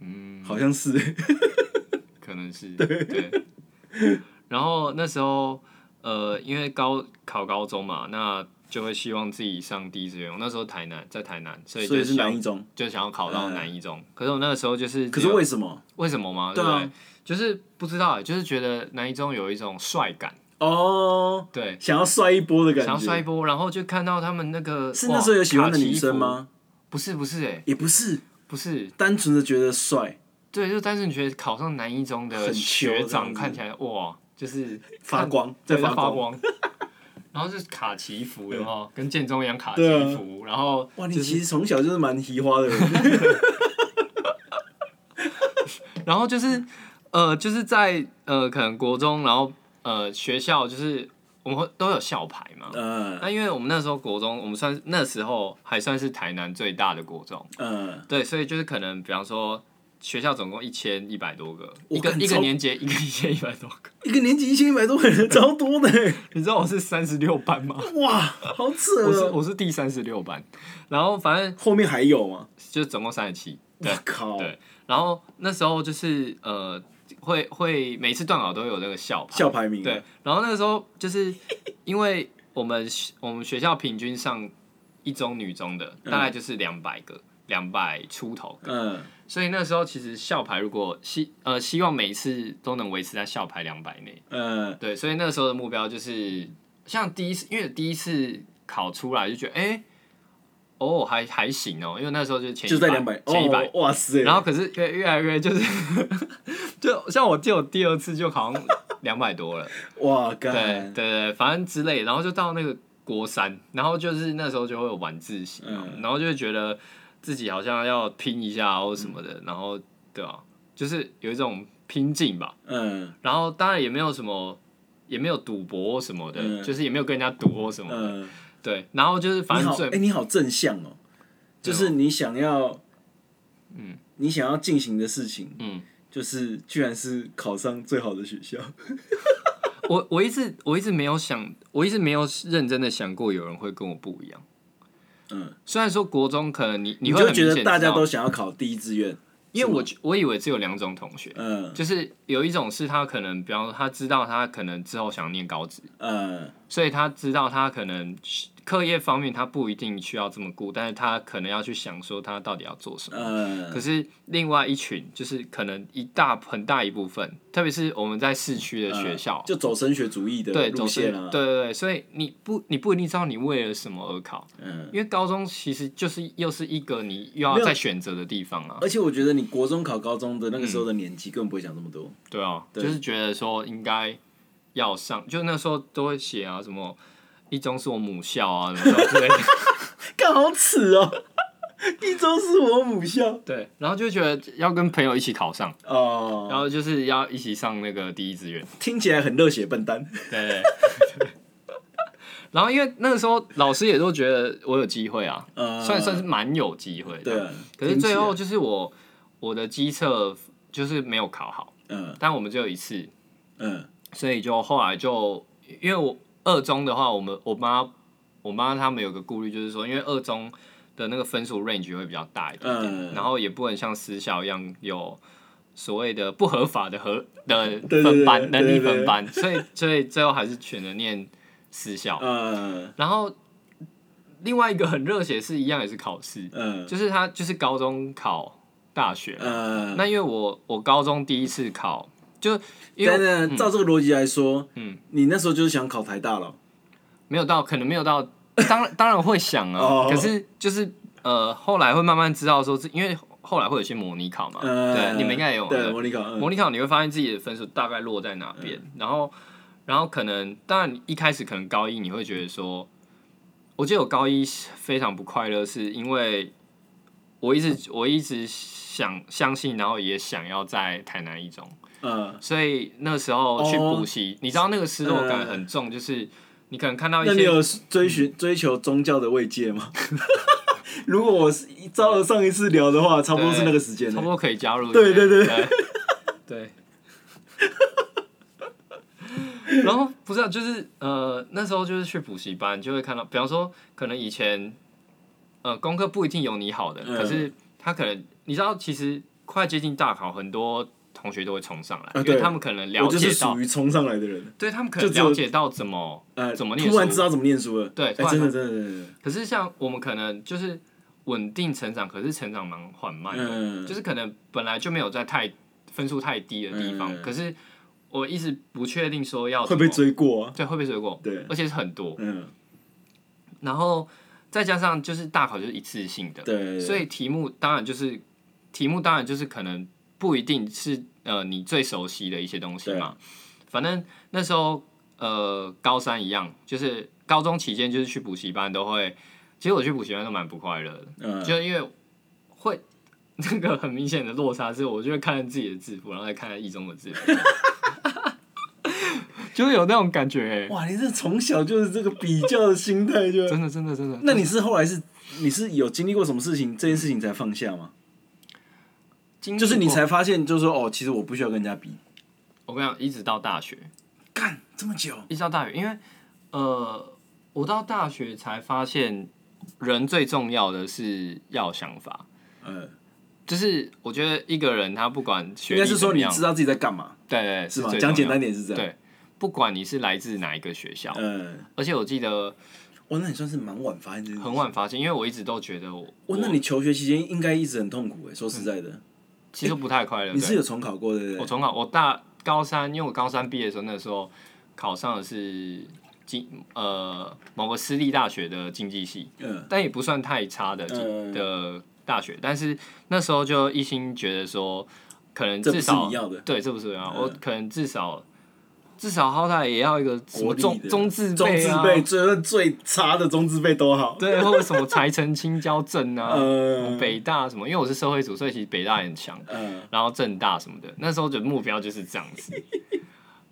S2: 嗯，好像是，
S1: 嗯可能是对 然后那时候呃，因为高考高中嘛，那就会希望自己上第一志愿。我那时候台南在台南，所以
S2: 所以
S1: 就是想
S2: 南一中。
S1: 就想要考到南一中。可是我那个时候就是只有，
S2: 可是为什么？
S1: 为什么吗？
S2: 对
S1: 对
S2: 啊
S1: 不对？就是不知道欸，就是觉得南一中有一种帅感，
S2: 哦，
S1: 对，
S2: 想要帅一波的感觉。
S1: 想要帅一波，然后就看到他们那个
S2: 是那时候有喜欢的
S1: 哇
S2: 女生？
S1: 卡其衣服
S2: 吗？
S1: 不是，不是、欸，哎，
S2: 也不是，
S1: 不是，
S2: 单纯的觉得帅，
S1: 对，就单纯觉得考上南一中
S2: 很啊
S1: 的
S2: 秋这
S1: 学
S2: 样
S1: 长
S2: 子
S1: 看起来哇，就是
S2: 发光，
S1: 对，
S2: 发
S1: 发。光。然后是卡其服，然后跟建中一样卡其
S2: 对啊
S1: 服，然后
S2: 哇，你其实从小就是蛮提花的 人，
S1: 然后就是呃，就是在呃，可能国中，然后呃，学校就是我们会都有校牌嘛。
S2: 呃
S1: 那因为我们那时候国中，我们算是那时候还算是台南最大的国中，
S2: 呃，
S1: 对，所以就是可能比方说学校总共一千一百多个，
S2: 我
S1: 一个
S2: 看
S1: 一个
S2: 超
S1: 年级一个一千一百多个，
S2: 一个年级一千一百多个人，超多的，
S1: 你知道我是三十六班 吗？
S2: 哇，好扯
S1: 我是
S2: 哦。
S1: 我是第三十六班，然后反正
S2: 后面还有吗？
S1: 就总共三十七，
S2: 我 靠，
S1: 对，然后那时候就是呃，会会每次断考都有那个校牌，
S2: 校排名啊
S1: 对，然后那个时候就是因为我们我们学校平均上一中女中的大概就是两百个，两百出头个，
S2: 嗯
S1: 所以那时候其实校牌如果希呃希望每一次都能维持在校牌两百内，
S2: 呃，
S1: 对，所以那时候的目标就是像第一次，因为第一次考出来就觉得哎。哦，还还行哦，因为那时候就是前
S2: 就在
S1: 100
S2: 两百，
S1: 前一百、
S2: 哦，哇塞，
S1: 然后可是越越来越就是， 就像我记得我第二次就好像两百多了，
S2: 哇，
S1: 对对，
S2: 干
S1: 对，反正之类，然后就到那个国三，然后就是那时候就会有晚自习嘛，
S2: 嗯
S1: 然后就会觉得自己好像要拼一下或什么
S2: 嗯
S1: 的，然后对啊，就是有一种拼劲吧，
S2: 嗯
S1: 然后当然也没有什么。也没有赌博或什么的，
S2: 嗯
S1: 就是也没有跟人家赌或什么的，
S2: 嗯，
S1: 对。然后就是反
S2: 你
S1: 正
S2: 好，
S1: 最、
S2: 哎，你好正向哦，就是你想要，嗯，你想要进行的事情，
S1: 嗯，
S2: 就是居然是考上最好的学校，
S1: 我我一直我一直没有想，我一直没有认真的想过有人会跟我不一样。
S2: 嗯，
S1: 虽然说国中可能你
S2: 你
S1: 你会
S2: 就
S1: 很
S2: 觉
S1: 明
S2: 得
S1: 显
S2: 大家
S1: 知道
S2: 都想要考第一志愿，
S1: 因为我觉我以为只有两种同学，
S2: 嗯
S1: 就是有一种是他可能，比方说他知道他可能之后想要念高职，
S2: 嗯
S1: 所以他知道他可能课业方面他不一定需要这么顾，但是他可能要去想说他到底要做什么。
S2: 呃，
S1: 可是另外一群就是可能一大很大一部分，特别是我们在市区的学校，
S2: 就走升学主义的
S1: 对
S2: 嗯路
S1: 走
S2: 线
S1: 是，
S2: 啊，
S1: 对对对，所以你不你不一定知道你为了什么而考，
S2: 嗯，
S1: 因为高中其实就是又是一个你又要再选择的地方啊，
S2: 而且我觉得你国中考高中的那个时候的年纪根本不会想这么多，
S1: 对啊，就是觉得说应该要上，就那时候都会写啊什么一中是我母校啊什么之类 的，
S2: 干好耻哦！一中是我母校
S1: 对，然后就觉得要跟朋友一起考上，
S2: 哦，
S1: 然后就是要一起上那个第一 志愿，
S2: 听起来很热血笨蛋，
S1: 对对。对然后因为那个时候老师也都觉得我有机会啊，
S2: 呃，
S1: 算算是蛮有机会的。
S2: 对啊，
S1: 可是
S2: 听起
S1: 最
S2: 来
S1: 后就是我我的机测就是没有考好，
S2: 嗯
S1: 但我们只有一次，
S2: 嗯
S1: 所以就后来就因为我二中的话，我们我妈我妈他们有个顾虑，就是说因为二中的那个分数 range 会比较大一点，
S2: 嗯，
S1: 然后也不能像私校一样有所谓的不合法的合的
S2: 对对
S1: 分班
S2: 对
S1: 能力
S2: 对对
S1: 分班，所以所以最后还是选择念私校。
S2: 嗯
S1: 然后另外一个很热血是一样也是考试，
S2: 嗯
S1: 就是他就是高中考大学。
S2: 嗯，
S1: 那因为我我高中第一次考，就因
S2: 等
S1: 为
S2: 等，照这个逻辑来说，
S1: 嗯，
S2: 你那时候就是想考台大了，
S1: 没有到，可能没有到，当然当然会想啊
S2: 哦，
S1: 可是就是呃后来会慢慢知道说是因为后来会有些模拟考嘛，
S2: 嗯，
S1: 啊对，你们应该也有
S2: 对
S1: 对
S2: 模拟考，嗯
S1: 模拟考你会发现自己的分数大概落在哪边，然后，然后可能，当然一开始可能高一你会觉得说，我记得我高一非常不快乐，是因为我一 直我一直想相信，然后也想要在台南一中，
S2: 嗯，
S1: 所以那时候去
S2: 哦
S1: 补习，你知道那个失落感
S2: 嗯
S1: 很重，就是你可能看到一
S2: 那你
S1: 些嗯
S2: 有追寻追求宗教的慰藉吗？ 如果我是照了上一次聊的话，差不多是那个时间
S1: 差不
S2: 了。
S1: 多可以加入。
S2: 对
S1: 对
S2: 对
S1: 对对。 然后不是啊，就是呃，那时候就是去补习班，就会看到，比方说，可能以前呃功课不一定有你好的，
S2: 嗯
S1: 可是他可能你知道，其实快接近大考，很多同学都会冲上来，
S2: 啊
S1: 因为
S2: 对
S1: 他们可能
S2: 我
S1: 了
S2: 就是
S1: 解
S2: 属
S1: 到，
S2: 于冲上来的人，
S1: 对他们可
S2: 就
S1: 能
S2: 只有
S1: 了解到怎么
S2: 呃，
S1: 怎么念
S2: 突然
S1: 书
S2: 知道怎么念书了？
S1: 对
S2: 哎，
S1: 突然
S2: 真的真的真的，
S1: 可是像我们可能就是稳定成长，可是成长蛮缓慢的，
S2: 嗯
S1: 就是可能本来就没有在太分数太低的地方，
S2: 嗯
S1: 可是我一直不确定说要
S2: 会被
S1: 怎么
S2: 追过啊，
S1: 对会被追过，
S2: 对，
S1: 而且是很多，
S2: 嗯，
S1: 然后再加上就是大考就是一次性的，
S2: 对，
S1: 所以题目当然就是题目当然就是可能不一定是呃你最熟悉的一些东西嘛，反正那时候呃高三一样，就是高中期间就是去补习班都会，其实我去补习班都蛮不快乐的。
S2: 嗯，
S1: 就因为会 那个很明显的落差是，我就会看看自己的制服，然后再看看一中的制服， 就是有那种感觉、
S2: 哇，你这从小就是这个比较的心态就
S1: 欸，。 真的真的真的。
S2: 那你是后来是你是有经历过什么事情，这件事情才放下吗？
S1: 经历
S2: 就是你
S1: 过，
S2: 才发现，就是说哦，其实我不需要跟人家比，
S1: 我跟你讲，一直到大学，
S2: 干这么久，
S1: 一直到大学，因为呃，我到大学才发现，人最重要的是要有想法。
S2: 嗯，
S1: 就是我觉得一个人他不管学
S2: 应
S1: 历
S2: 该是
S1: 怎
S2: 说
S1: 么
S2: 你
S1: 样
S2: 知道自己在干嘛，
S1: 对对对
S2: 是吧？
S1: 最
S2: 讲
S1: 重
S2: 简
S1: 要
S2: 单点是这样，
S1: 对，不管你是来自哪一个学校，
S2: 嗯，
S1: 而且我记得
S2: 哇，那你算是蛮晚发现这件事。
S1: 很晚发现，因为我一直都觉得我，
S2: 哇，那你求学期间应该一直很痛苦哎、说实在的，
S1: 其实不太快乐。
S2: 你是
S1: 嗯对
S2: 有重考过对不
S1: 我
S2: 对？
S1: 重考，我大高三，因为我高三毕业的时候，那时候考上的是经呃某个私立大学的经济系，
S2: 嗯
S1: 但也不算太差的、
S2: 嗯
S1: 的大学，但是那时候就一心觉得说，可能
S2: 这不
S1: 至
S2: 是
S1: 少
S2: 你要的
S1: 对，这不是我要，
S2: 嗯
S1: 我可能至少。至少好歹也要一个什
S2: 国
S1: 么
S2: 立
S1: 中
S2: 的
S1: 中字
S2: 中
S1: 辈
S2: 字
S1: 啊，
S2: 辈最最差的中字辈都好，
S1: 对，或者什么财城青椒镇啊，
S2: 嗯
S1: 北大什么，因为我是社会组，所以其实北大也很强。
S2: 嗯，
S1: 然后正大什么的，那时候的目标就是这样子，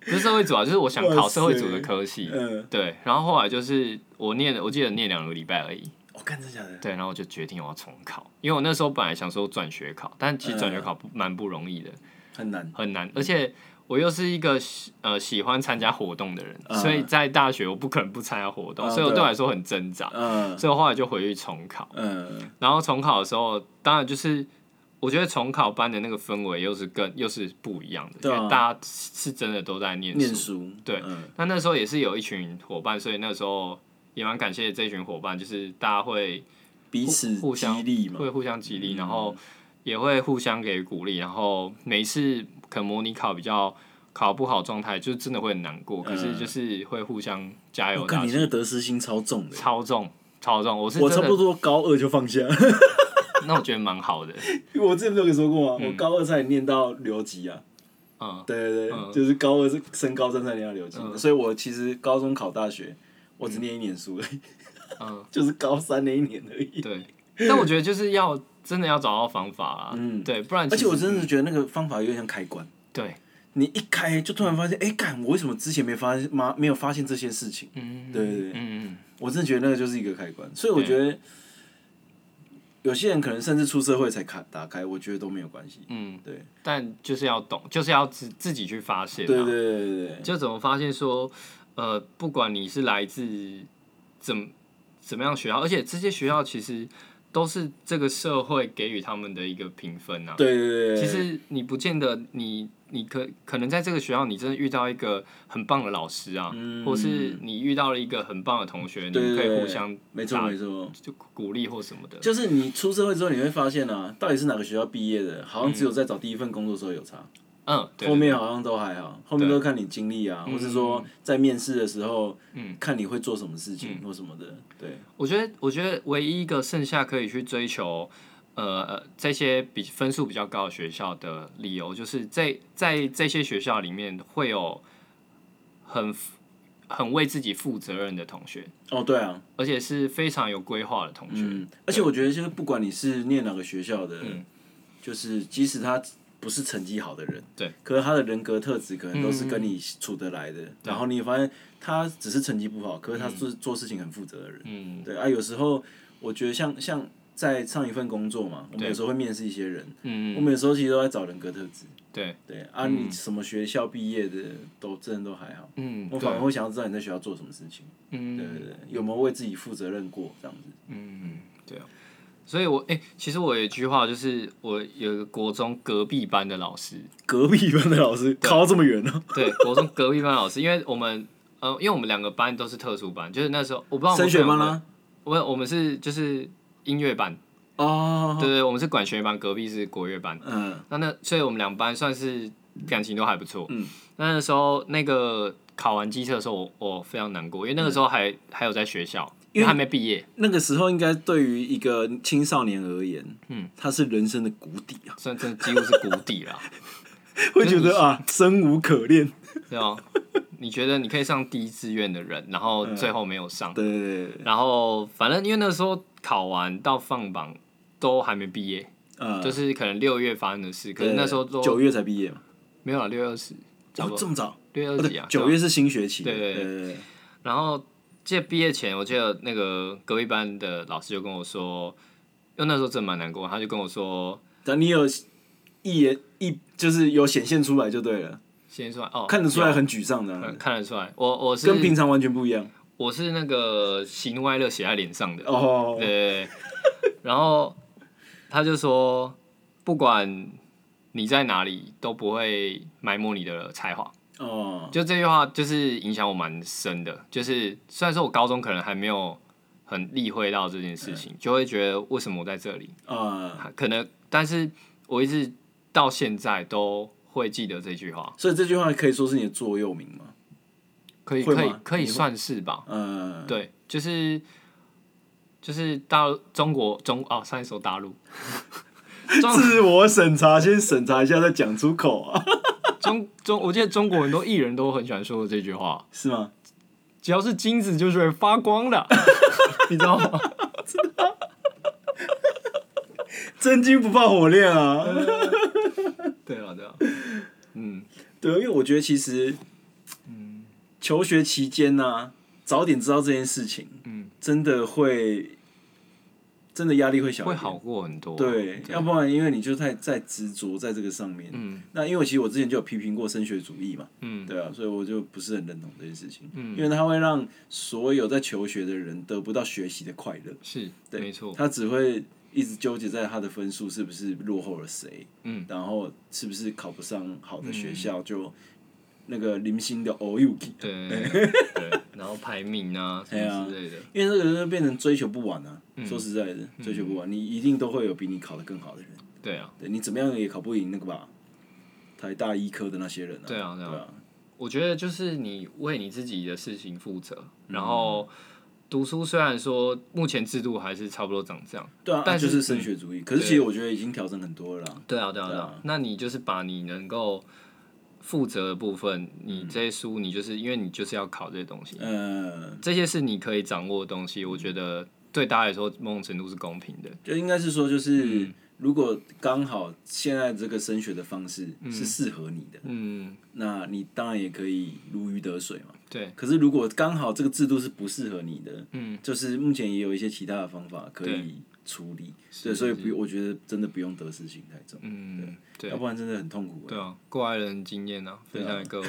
S1: 不是社会组啊，就是我想
S2: 哇
S1: 考
S2: 塞
S1: 社会组的科系，
S2: 嗯，
S1: 对，然后后来就是我念了，我记得念两个礼拜而已，
S2: 我看真假的，
S1: 对，然后我就决定我要重考，因为我那时候本来想说转学考，但其实转学考不蛮不容易的，
S2: 很难，
S1: 很难，而且我又是一个喜呃喜欢参加活动的人，
S2: 嗯
S1: 所以在大学我不可能不参加活动，
S2: 嗯
S1: 所以我对
S2: 对
S1: 我来说很挣扎，
S2: 嗯
S1: 所以我后来就回去重考。
S2: 嗯
S1: 然后重考的时候，当然就是我觉得重考班的那个氛围又是更又是不一样的，
S2: 对啊
S1: 因为大家是真的都在念
S2: 念书，
S1: 对
S2: 嗯，
S1: 那那时候也是有一群伙伴，所以那时候也蛮感谢这群伙伴，就是大家会
S2: 彼此
S1: 互相
S2: 激励嘛，
S1: 会互相激
S2: 嗯
S1: 励，然后也会互相给鼓励，然后每一次可能模拟考比较考不好状态，就真的会很难过，可是就是会互相加油
S2: 嗯我
S1: 打
S2: 看你
S1: 气，
S2: 那个得失心超重的，
S1: 超重超重，我是
S2: 我
S1: 真
S2: 差不
S1: 的，
S2: 多高二就放下。
S1: 那我觉得蛮好的，
S2: 我之前不是有跟你说过吗？我高二差点念到留级啊。
S1: 嗯
S2: 对对对，
S1: 嗯
S2: 就是高二是升高三才念到留级的，
S1: 嗯
S2: 所以我其实高中考大学，我只念一年书而已，
S1: 嗯，
S2: 就是高三那一年而已。
S1: 对，但我觉得就是要真的要找到方法啊，
S2: 嗯
S1: 对，不然
S2: 而
S1: 其
S2: 且
S1: 实
S2: 我真的觉得那个方法有点像开关，
S1: 对，
S2: 你一开就突然发现，哎、干，我为什么之前没发现妈没有发现这些事情？
S1: 嗯，
S2: 对对对
S1: 嗯嗯
S2: 我真的觉得那个就是一个开关，所以我觉得有些人可能甚至出社会才开打开，我觉得都没有关系。
S1: 嗯，
S2: 对
S1: 但就是要懂，就是要自自己去发现、啊，
S2: 对对对对对，
S1: 就怎么发现说，呃，不管你是来自怎么怎么样学校，而且这些学校其实都是这个社会给予他们的一个评分啊。
S2: 对对对，
S1: 其实你不见得你你可可能在这个学校你真的遇到一个很棒的老师啊，
S2: 嗯
S1: 或是你遇到了一个很棒的同学，你
S2: 对
S1: 们
S2: 对
S1: 可以
S2: 对
S1: 互相
S2: 没错
S1: 打
S2: 没错。
S1: 就鼓励或什么的。
S2: 就是你出社会之后，你会发现啊，到底是哪个学校毕业的，好像只有在找第一份工作的时候有差，
S1: 嗯，对
S2: 后面好像都还好，后面都看你经历啊，或是说在面试的时候，
S1: 嗯
S2: 看你会做什么事情或什么的，对，
S1: 我觉得，我觉得唯一一个剩下可以去追求，呃，这些比分数比较高的学校的理由，就是在在这些学校里面会有很很为自己负责任的同学，
S2: 哦，对啊，
S1: 而且是非常有规划的同学。
S2: 嗯，而且我觉得就是不管你是念哪个学校的，
S1: 嗯
S2: 就是即使他不是成绩好的人，
S1: 对，
S2: 可是他的人格特质可能都是跟你处得来的，
S1: 嗯
S2: 然后你发现他只是成绩不好，可是他做、做事情很负责的人，
S1: 嗯
S2: 对啊，有时候我觉得像像在上一份工作嘛，我们有时候会面试一些人，
S1: 嗯，
S2: 我们有时候其实都在找人格特质，
S1: 对，
S2: 对啊，你什么学校毕业的都真的都还好，
S1: 嗯，
S2: 我反而
S1: 对，
S2: 会想要知道你在学校做什么事情，
S1: 嗯，
S2: 对对对，有没有为自己负责任过这样子，
S1: 嗯，对啊。所以我，哎、其实我有一句话，就是我有一个国中隔壁班的老师，
S2: 隔壁班的老师靠这么远哦呢、
S1: 对，国中隔壁班老师，因为我们呃，因为我们两个班都是特殊班，就是那时候我不知道我
S2: 升
S1: 们
S2: 学班
S1: 啦，
S2: 啦、
S1: 我们我们是就是音乐班，
S2: 哦，
S1: 对对，我们是管弦乐班，隔壁是国乐班。
S2: 嗯，
S1: 那那所以我们两班算是感情都还不错。
S2: 嗯，
S1: 那那时候那个考完机测的时候，我我非常难过，因为那个时候
S2: 嗯
S1: 还、还有在学校，因为还没毕业，
S2: 那个时候应该对于一个青少年而言，
S1: 嗯，
S2: 他是人生的谷底 啊，
S1: 算真的几乎是谷底了，
S2: 会觉得啊，生无可恋，
S1: 对吧？你觉得你可以上第一志愿的人，然后
S2: 嗯
S1: 最后没有上，
S2: 对对对对，
S1: 然后反正因为那时候考完到放榜都还没毕业，
S2: 呃，
S1: 就是可能六月发生的事，可
S2: 对
S1: 是那时候都
S2: 九月才毕业嘛，
S1: 没有了，六月二十，差不
S2: 哦，这
S1: 多
S2: 么早，
S1: 六月
S2: 哦
S1: 二十几
S2: 对
S1: 啊，，
S2: 九
S1: 对
S2: 月
S1: 吧。
S2: 是新学期，
S1: 对
S2: 对
S1: 对对
S2: 对，
S1: 然后记得毕业前，我记得那个隔壁班的老师就跟我说，因为那时候真的蛮难过，他就跟我说，
S2: 但你有一言一就是有显现出来就对了，
S1: 先出来哦，
S2: 看得出来
S1: 有呃
S2: 很沮丧的啊，
S1: 看看得出来，我我是
S2: 跟平常完全不一样
S1: 我是那个喜怒哀乐写在脸上的，
S2: 哦，
S1: 对，然后他就说，不管你在哪里，都不会埋没你的才华。
S2: 哦，
S1: 就这句话，就是影响我蛮深的。就是虽然说我高中可能还没有很理会到这件事情，就会觉得为什么我在这里，
S2: 啊，
S1: 可能，但是我一直到现在都会记得这句话，
S2: 所以这句话可以说是你的座右铭嘛，
S1: 可以，
S2: 会吗
S1: 可以，可以
S2: 你会
S1: 算是吧。
S2: 嗯，
S1: 对，就是就是大陆中国中哦，上一首大陆，中
S2: 自我审查，先审查一下再讲出口啊，
S1: 中中，我记得中国很多艺人都很喜欢说这句话，
S2: 是吗？
S1: 只要是金子就是会发光的， 你知道吗？
S2: 真金不怕火炼啊！
S1: 对啊，对啊，嗯
S2: 对，因为我觉得其实，嗯，求学期间呢、早点知道这件事情，
S1: 嗯，
S2: 真的会，真的压力会小一
S1: 会
S2: 点。
S1: 好过很多。啊
S2: 对，要不然因为你就太在执着在这个上面。
S1: 嗯
S2: 那因为我其实我之前就有批评过升学主义嘛，
S1: 嗯
S2: 对啊，所以我就不是很认同这件事情，
S1: 嗯
S2: 因为它会让所有在求学的人得不到学习的快乐，
S1: 是，
S2: 对
S1: 没错，
S2: 他只会一直纠结在他的分数是不是落后了谁，嗯，然后是不是考不上好的学校，就那个零星的 o u
S1: 对对，然后排名啊什么之类的，
S2: 因为这个人就变成追求不完啊。
S1: 嗯
S2: 说实在的，追求不完，你一定都会有比你考得更好的人，
S1: 对啊，
S2: 对你怎么样也考不赢那个吧，台大医科的那些人啊，
S1: 对啊对
S2: 对
S1: 啊
S2: 啊，
S1: 我觉得就是你为你自己的事情负责，然后读书虽然说目前制度还是差不多长这样，
S2: 对啊，
S1: 但是嗯
S2: 就是升学主义。可是其实我觉得已经调整很多了啦。
S1: 对啊，对啊，
S2: 对
S1: 对啊。那你就是把你能够负责的部分，你这些书，你就是因为你就是要考这些东西，
S2: 嗯，
S1: 这些是你可以掌握的东西。我觉得对大家来说，某种程度是公平的。
S2: 就应该是
S1: 嗯
S2: 说，就是如果刚好现在这个升学的方式是适合你的，
S1: 嗯，
S2: 那你当然也可以如鱼得水嘛。
S1: 对，
S2: 可是如果刚好这个制度是不适合你的，嗯，就是目前也有一些其他的方法可以处理。对，所以不，我觉得真的不用得失心太重，
S1: 嗯，对，
S2: 要不然真的很痛苦。
S1: 对啊，过来人经验啊，分享给 各位。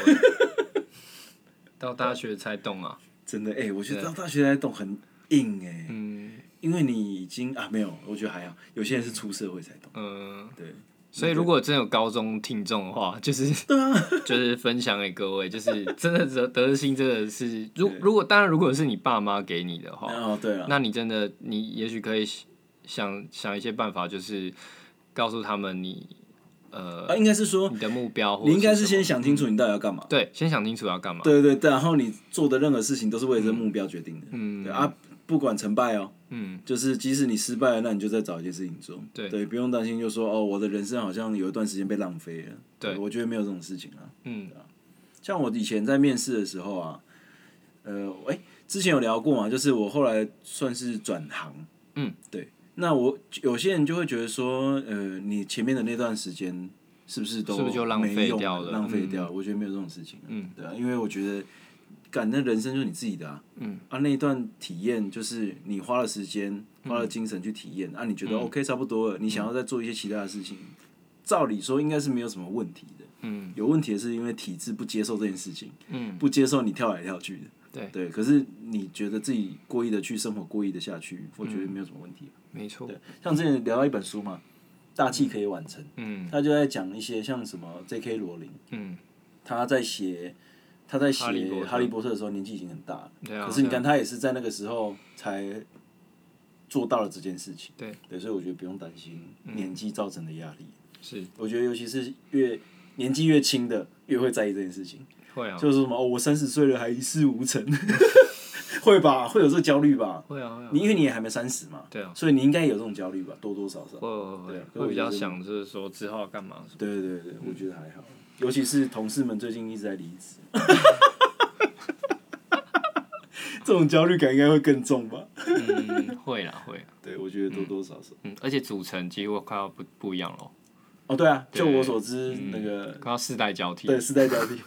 S1: 到大学才懂啊，
S2: 真的，哎、我觉得到大学才懂很硬哎、
S1: 嗯
S2: 因为你已经啊没有，我觉得还好，有些人是出社会才懂。
S1: 嗯，
S2: 对，
S1: 所以如果真有高中听众的话，就是对啊， 就是分享给各位，就是真的得得失心真的是，如如果当然如果是你爸妈给你的话，
S2: 哦，对了，
S1: 那你真的，你也许可以想想一些办法，就是告诉他们你呃
S2: 啊，应该是说
S1: 你的目标或者
S2: 你
S1: 什么，嗯
S2: 应该是先想清楚你到底要干嘛。
S1: 对，先想清楚要干嘛。
S2: 对对对，然后你做的任何事情都是为了这个目标决定的。
S1: 嗯
S2: 对啊，不管成败哦，
S1: 嗯，
S2: 就是即使你失败了，那你就再找一件事情做。
S1: 对
S2: 对，不用担心，就说哦，我的人生好像有一段时间被浪费了。
S1: 对
S2: 我觉得没有这种事情啊。
S1: 嗯
S2: 像我以前在面试的时候啊，呃，哎、之前有聊过嘛，就是我后来算是转行，
S1: 嗯，
S2: 对。那我有些人就会觉得说，呃，你前面的那段时间是不是都
S1: 是不是就浪费
S2: 没用
S1: 掉了
S2: 浪费掉了我觉得没有这种事情、
S1: 嗯，
S2: 对啊，因为我觉得，感那人生就是你自己的啊，
S1: 嗯，
S2: 啊，那一段体验就是你花了时间、花
S1: 嗯
S2: 了精神去体验，啊，你觉得 OK 差不多了，你想要再做一些其他的事情，照理说应该是没有什么问题的。
S1: 嗯
S2: 有问题的是因为体制不接受这件事情，
S1: 嗯，
S2: 不接受你跳来跳去的。
S1: 对
S2: 对，可是你觉得自己过意的去，生活过意的下去，我觉得没有什么问题。
S1: 没错，
S2: 对，像之前聊到一本书嘛，《大器可以晚成》，
S1: 嗯
S2: 他就在讲一些像什么 J.K. 罗琳，
S1: 嗯，
S2: 他在写他在写
S1: 哈利波特
S2: 《哈利波特》的时候年纪已经很大了，
S1: 对啊
S2: 可是你
S1: 对啊
S2: 看他也是在那个时候才做到了这件事情。
S1: 对嗯
S2: 对，所以我觉得不用担心年纪造成的压力。
S1: 是
S2: 我觉得尤其是越年纪越轻的，越会在意这件事情。
S1: 会啊，
S2: 就是什么哦，我三十岁了还一事无成， 会吧？会有这个焦虑吧？
S1: 会啊会啊，
S2: 你因为你也还没三十嘛，
S1: 对啊
S2: 所以你应该有这种焦虑吧？多多少少。
S1: 会会
S2: 对
S1: 会会比
S2: 我
S1: 较
S2: 觉得
S1: 想就是说之后要干嘛什么。
S2: 对对对对，我觉得还好，尤其是同事们最近一直在离职， 这种焦虑感应该会更重吧？
S1: 嗯，会啦会啦，
S2: 对，我觉得多多少少。
S1: 嗯，而且组成几乎快要不不一样了，
S2: 哦，对啊，就
S1: 对
S2: 我所知，那个
S1: 快要世代交替。
S2: 对世代交替，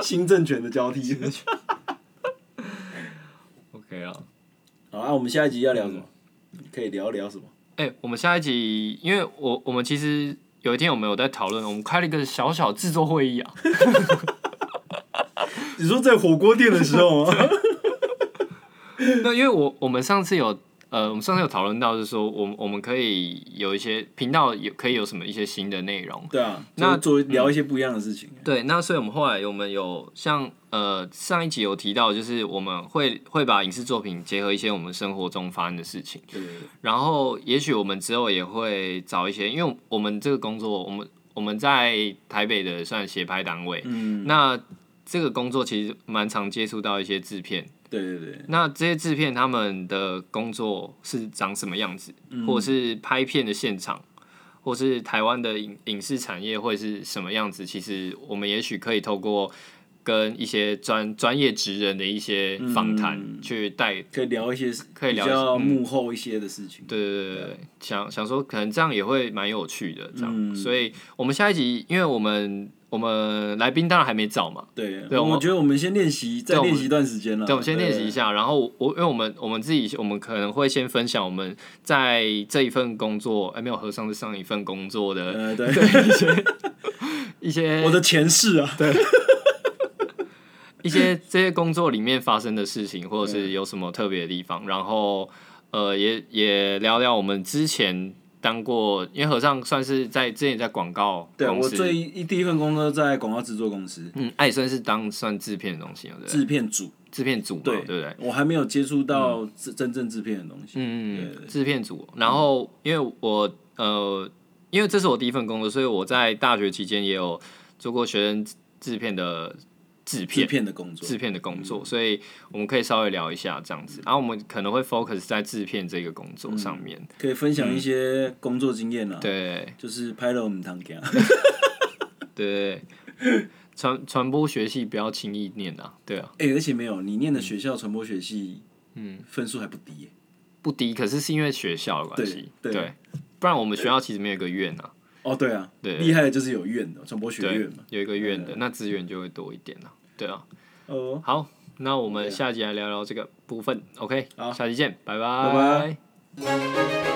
S2: 新政权的交替。
S1: OK 啊，
S2: 好啊，我们下一集要聊什么？可以聊聊什么？
S1: 哎、我们下一集，因为我我们其实有一天我们有在讨论，我们开了一个小小制作会议啊，
S2: 你说在火锅店的时候吗？
S1: 那因为我我们上次有呃，我们上次有讨论到，就是说我们我们可以有一些频道有可以有什么一些新的内容。
S2: 对 啊，
S1: 那
S2: 那做聊一些不一样的事情。
S1: 对，那所以我们后来我们有像呃上一集有提到，就是我们会会把影视作品结合一些我们生活中发生的事情，
S2: 对对对，
S1: 然后也许我们之后也会找一些，因为我们这个工作，我们我们在台北的算协拍单位，
S2: 嗯，
S1: 那这个工作其实蛮常接触到一些制片，
S2: 对对对，
S1: 那这些制片他们的工作是长什么样子，
S2: 嗯
S1: 或者是拍片的现场，或是台湾的影影视产业会是什么样子？其实我们也许可以透过跟一些专专业职人的一些访谈、
S2: 嗯
S1: 去带。
S2: 可以聊一些
S1: 可以聊嗯
S2: 比较幕后一些的事情。
S1: 对对对对对，想想说可能这样也会蛮有趣的，这样，
S2: 嗯
S1: 所以我们下一集，因为我们我们来宾当然还没找嘛，
S2: 对，
S1: 对我
S2: 我
S1: 们
S2: 们觉得我们先练习，再
S1: 我们
S2: 练习一段时间了。
S1: 对，我们先练习一下，然后我因为我们我们自己，我们可能会先分享我们在这一份工作，哎、没有合上是上一份工作
S2: 对。
S1: 的
S2: 呃，对，
S1: 一些
S2: 我的前世啊，对，
S1: 一些这些工作里面发生的事情，或者是有什么特别的地方，然后呃，也也聊聊我们之前当过，因为和尚算是在之前在广告
S2: 对
S1: 公
S2: 我
S1: 司，
S2: 最一第一份工作在广告制作公司
S1: 嗯，艾森是当算制片的东西嘛，对不对？
S2: 制片组，
S1: 制片组嘛，对
S2: 对
S1: 不对？
S2: 我还没有接触到制真正制片的东西。
S1: 嗯
S2: 对，
S1: 制片组。然后因为我呃，因为这是我第一份工作，所以我在大学期间也有做过学生制片的制
S2: 制
S1: 片
S2: 片的工作，
S1: 制片的工作，所以我们可以稍微聊一下这样子。然后我们可能会 focus 在制片这个工作上面。
S2: 可以分享一些工作经验啦。，啊
S1: 对
S2: 就是拍了我们 堂家，
S1: 对对传传播学系不要轻易念啊，对啊，
S2: 哎，而且没有你念的学校传播学系，嗯，分数还不低耶。
S1: 不低，可是是因为学校的关系，
S2: 对对
S1: 对，不然我们学校其实没有一个院啊。
S2: 哦，对啊，
S1: 对
S2: 厉害的就是有院的传播学
S1: 对
S2: 院嘛。，
S1: 有一个院的，那资源就会多一点了、对啊，
S2: 哦，
S1: 好，那我们下集来聊聊这个部分。OK，
S2: 好
S1: 下集见，拜
S2: 拜
S1: 拜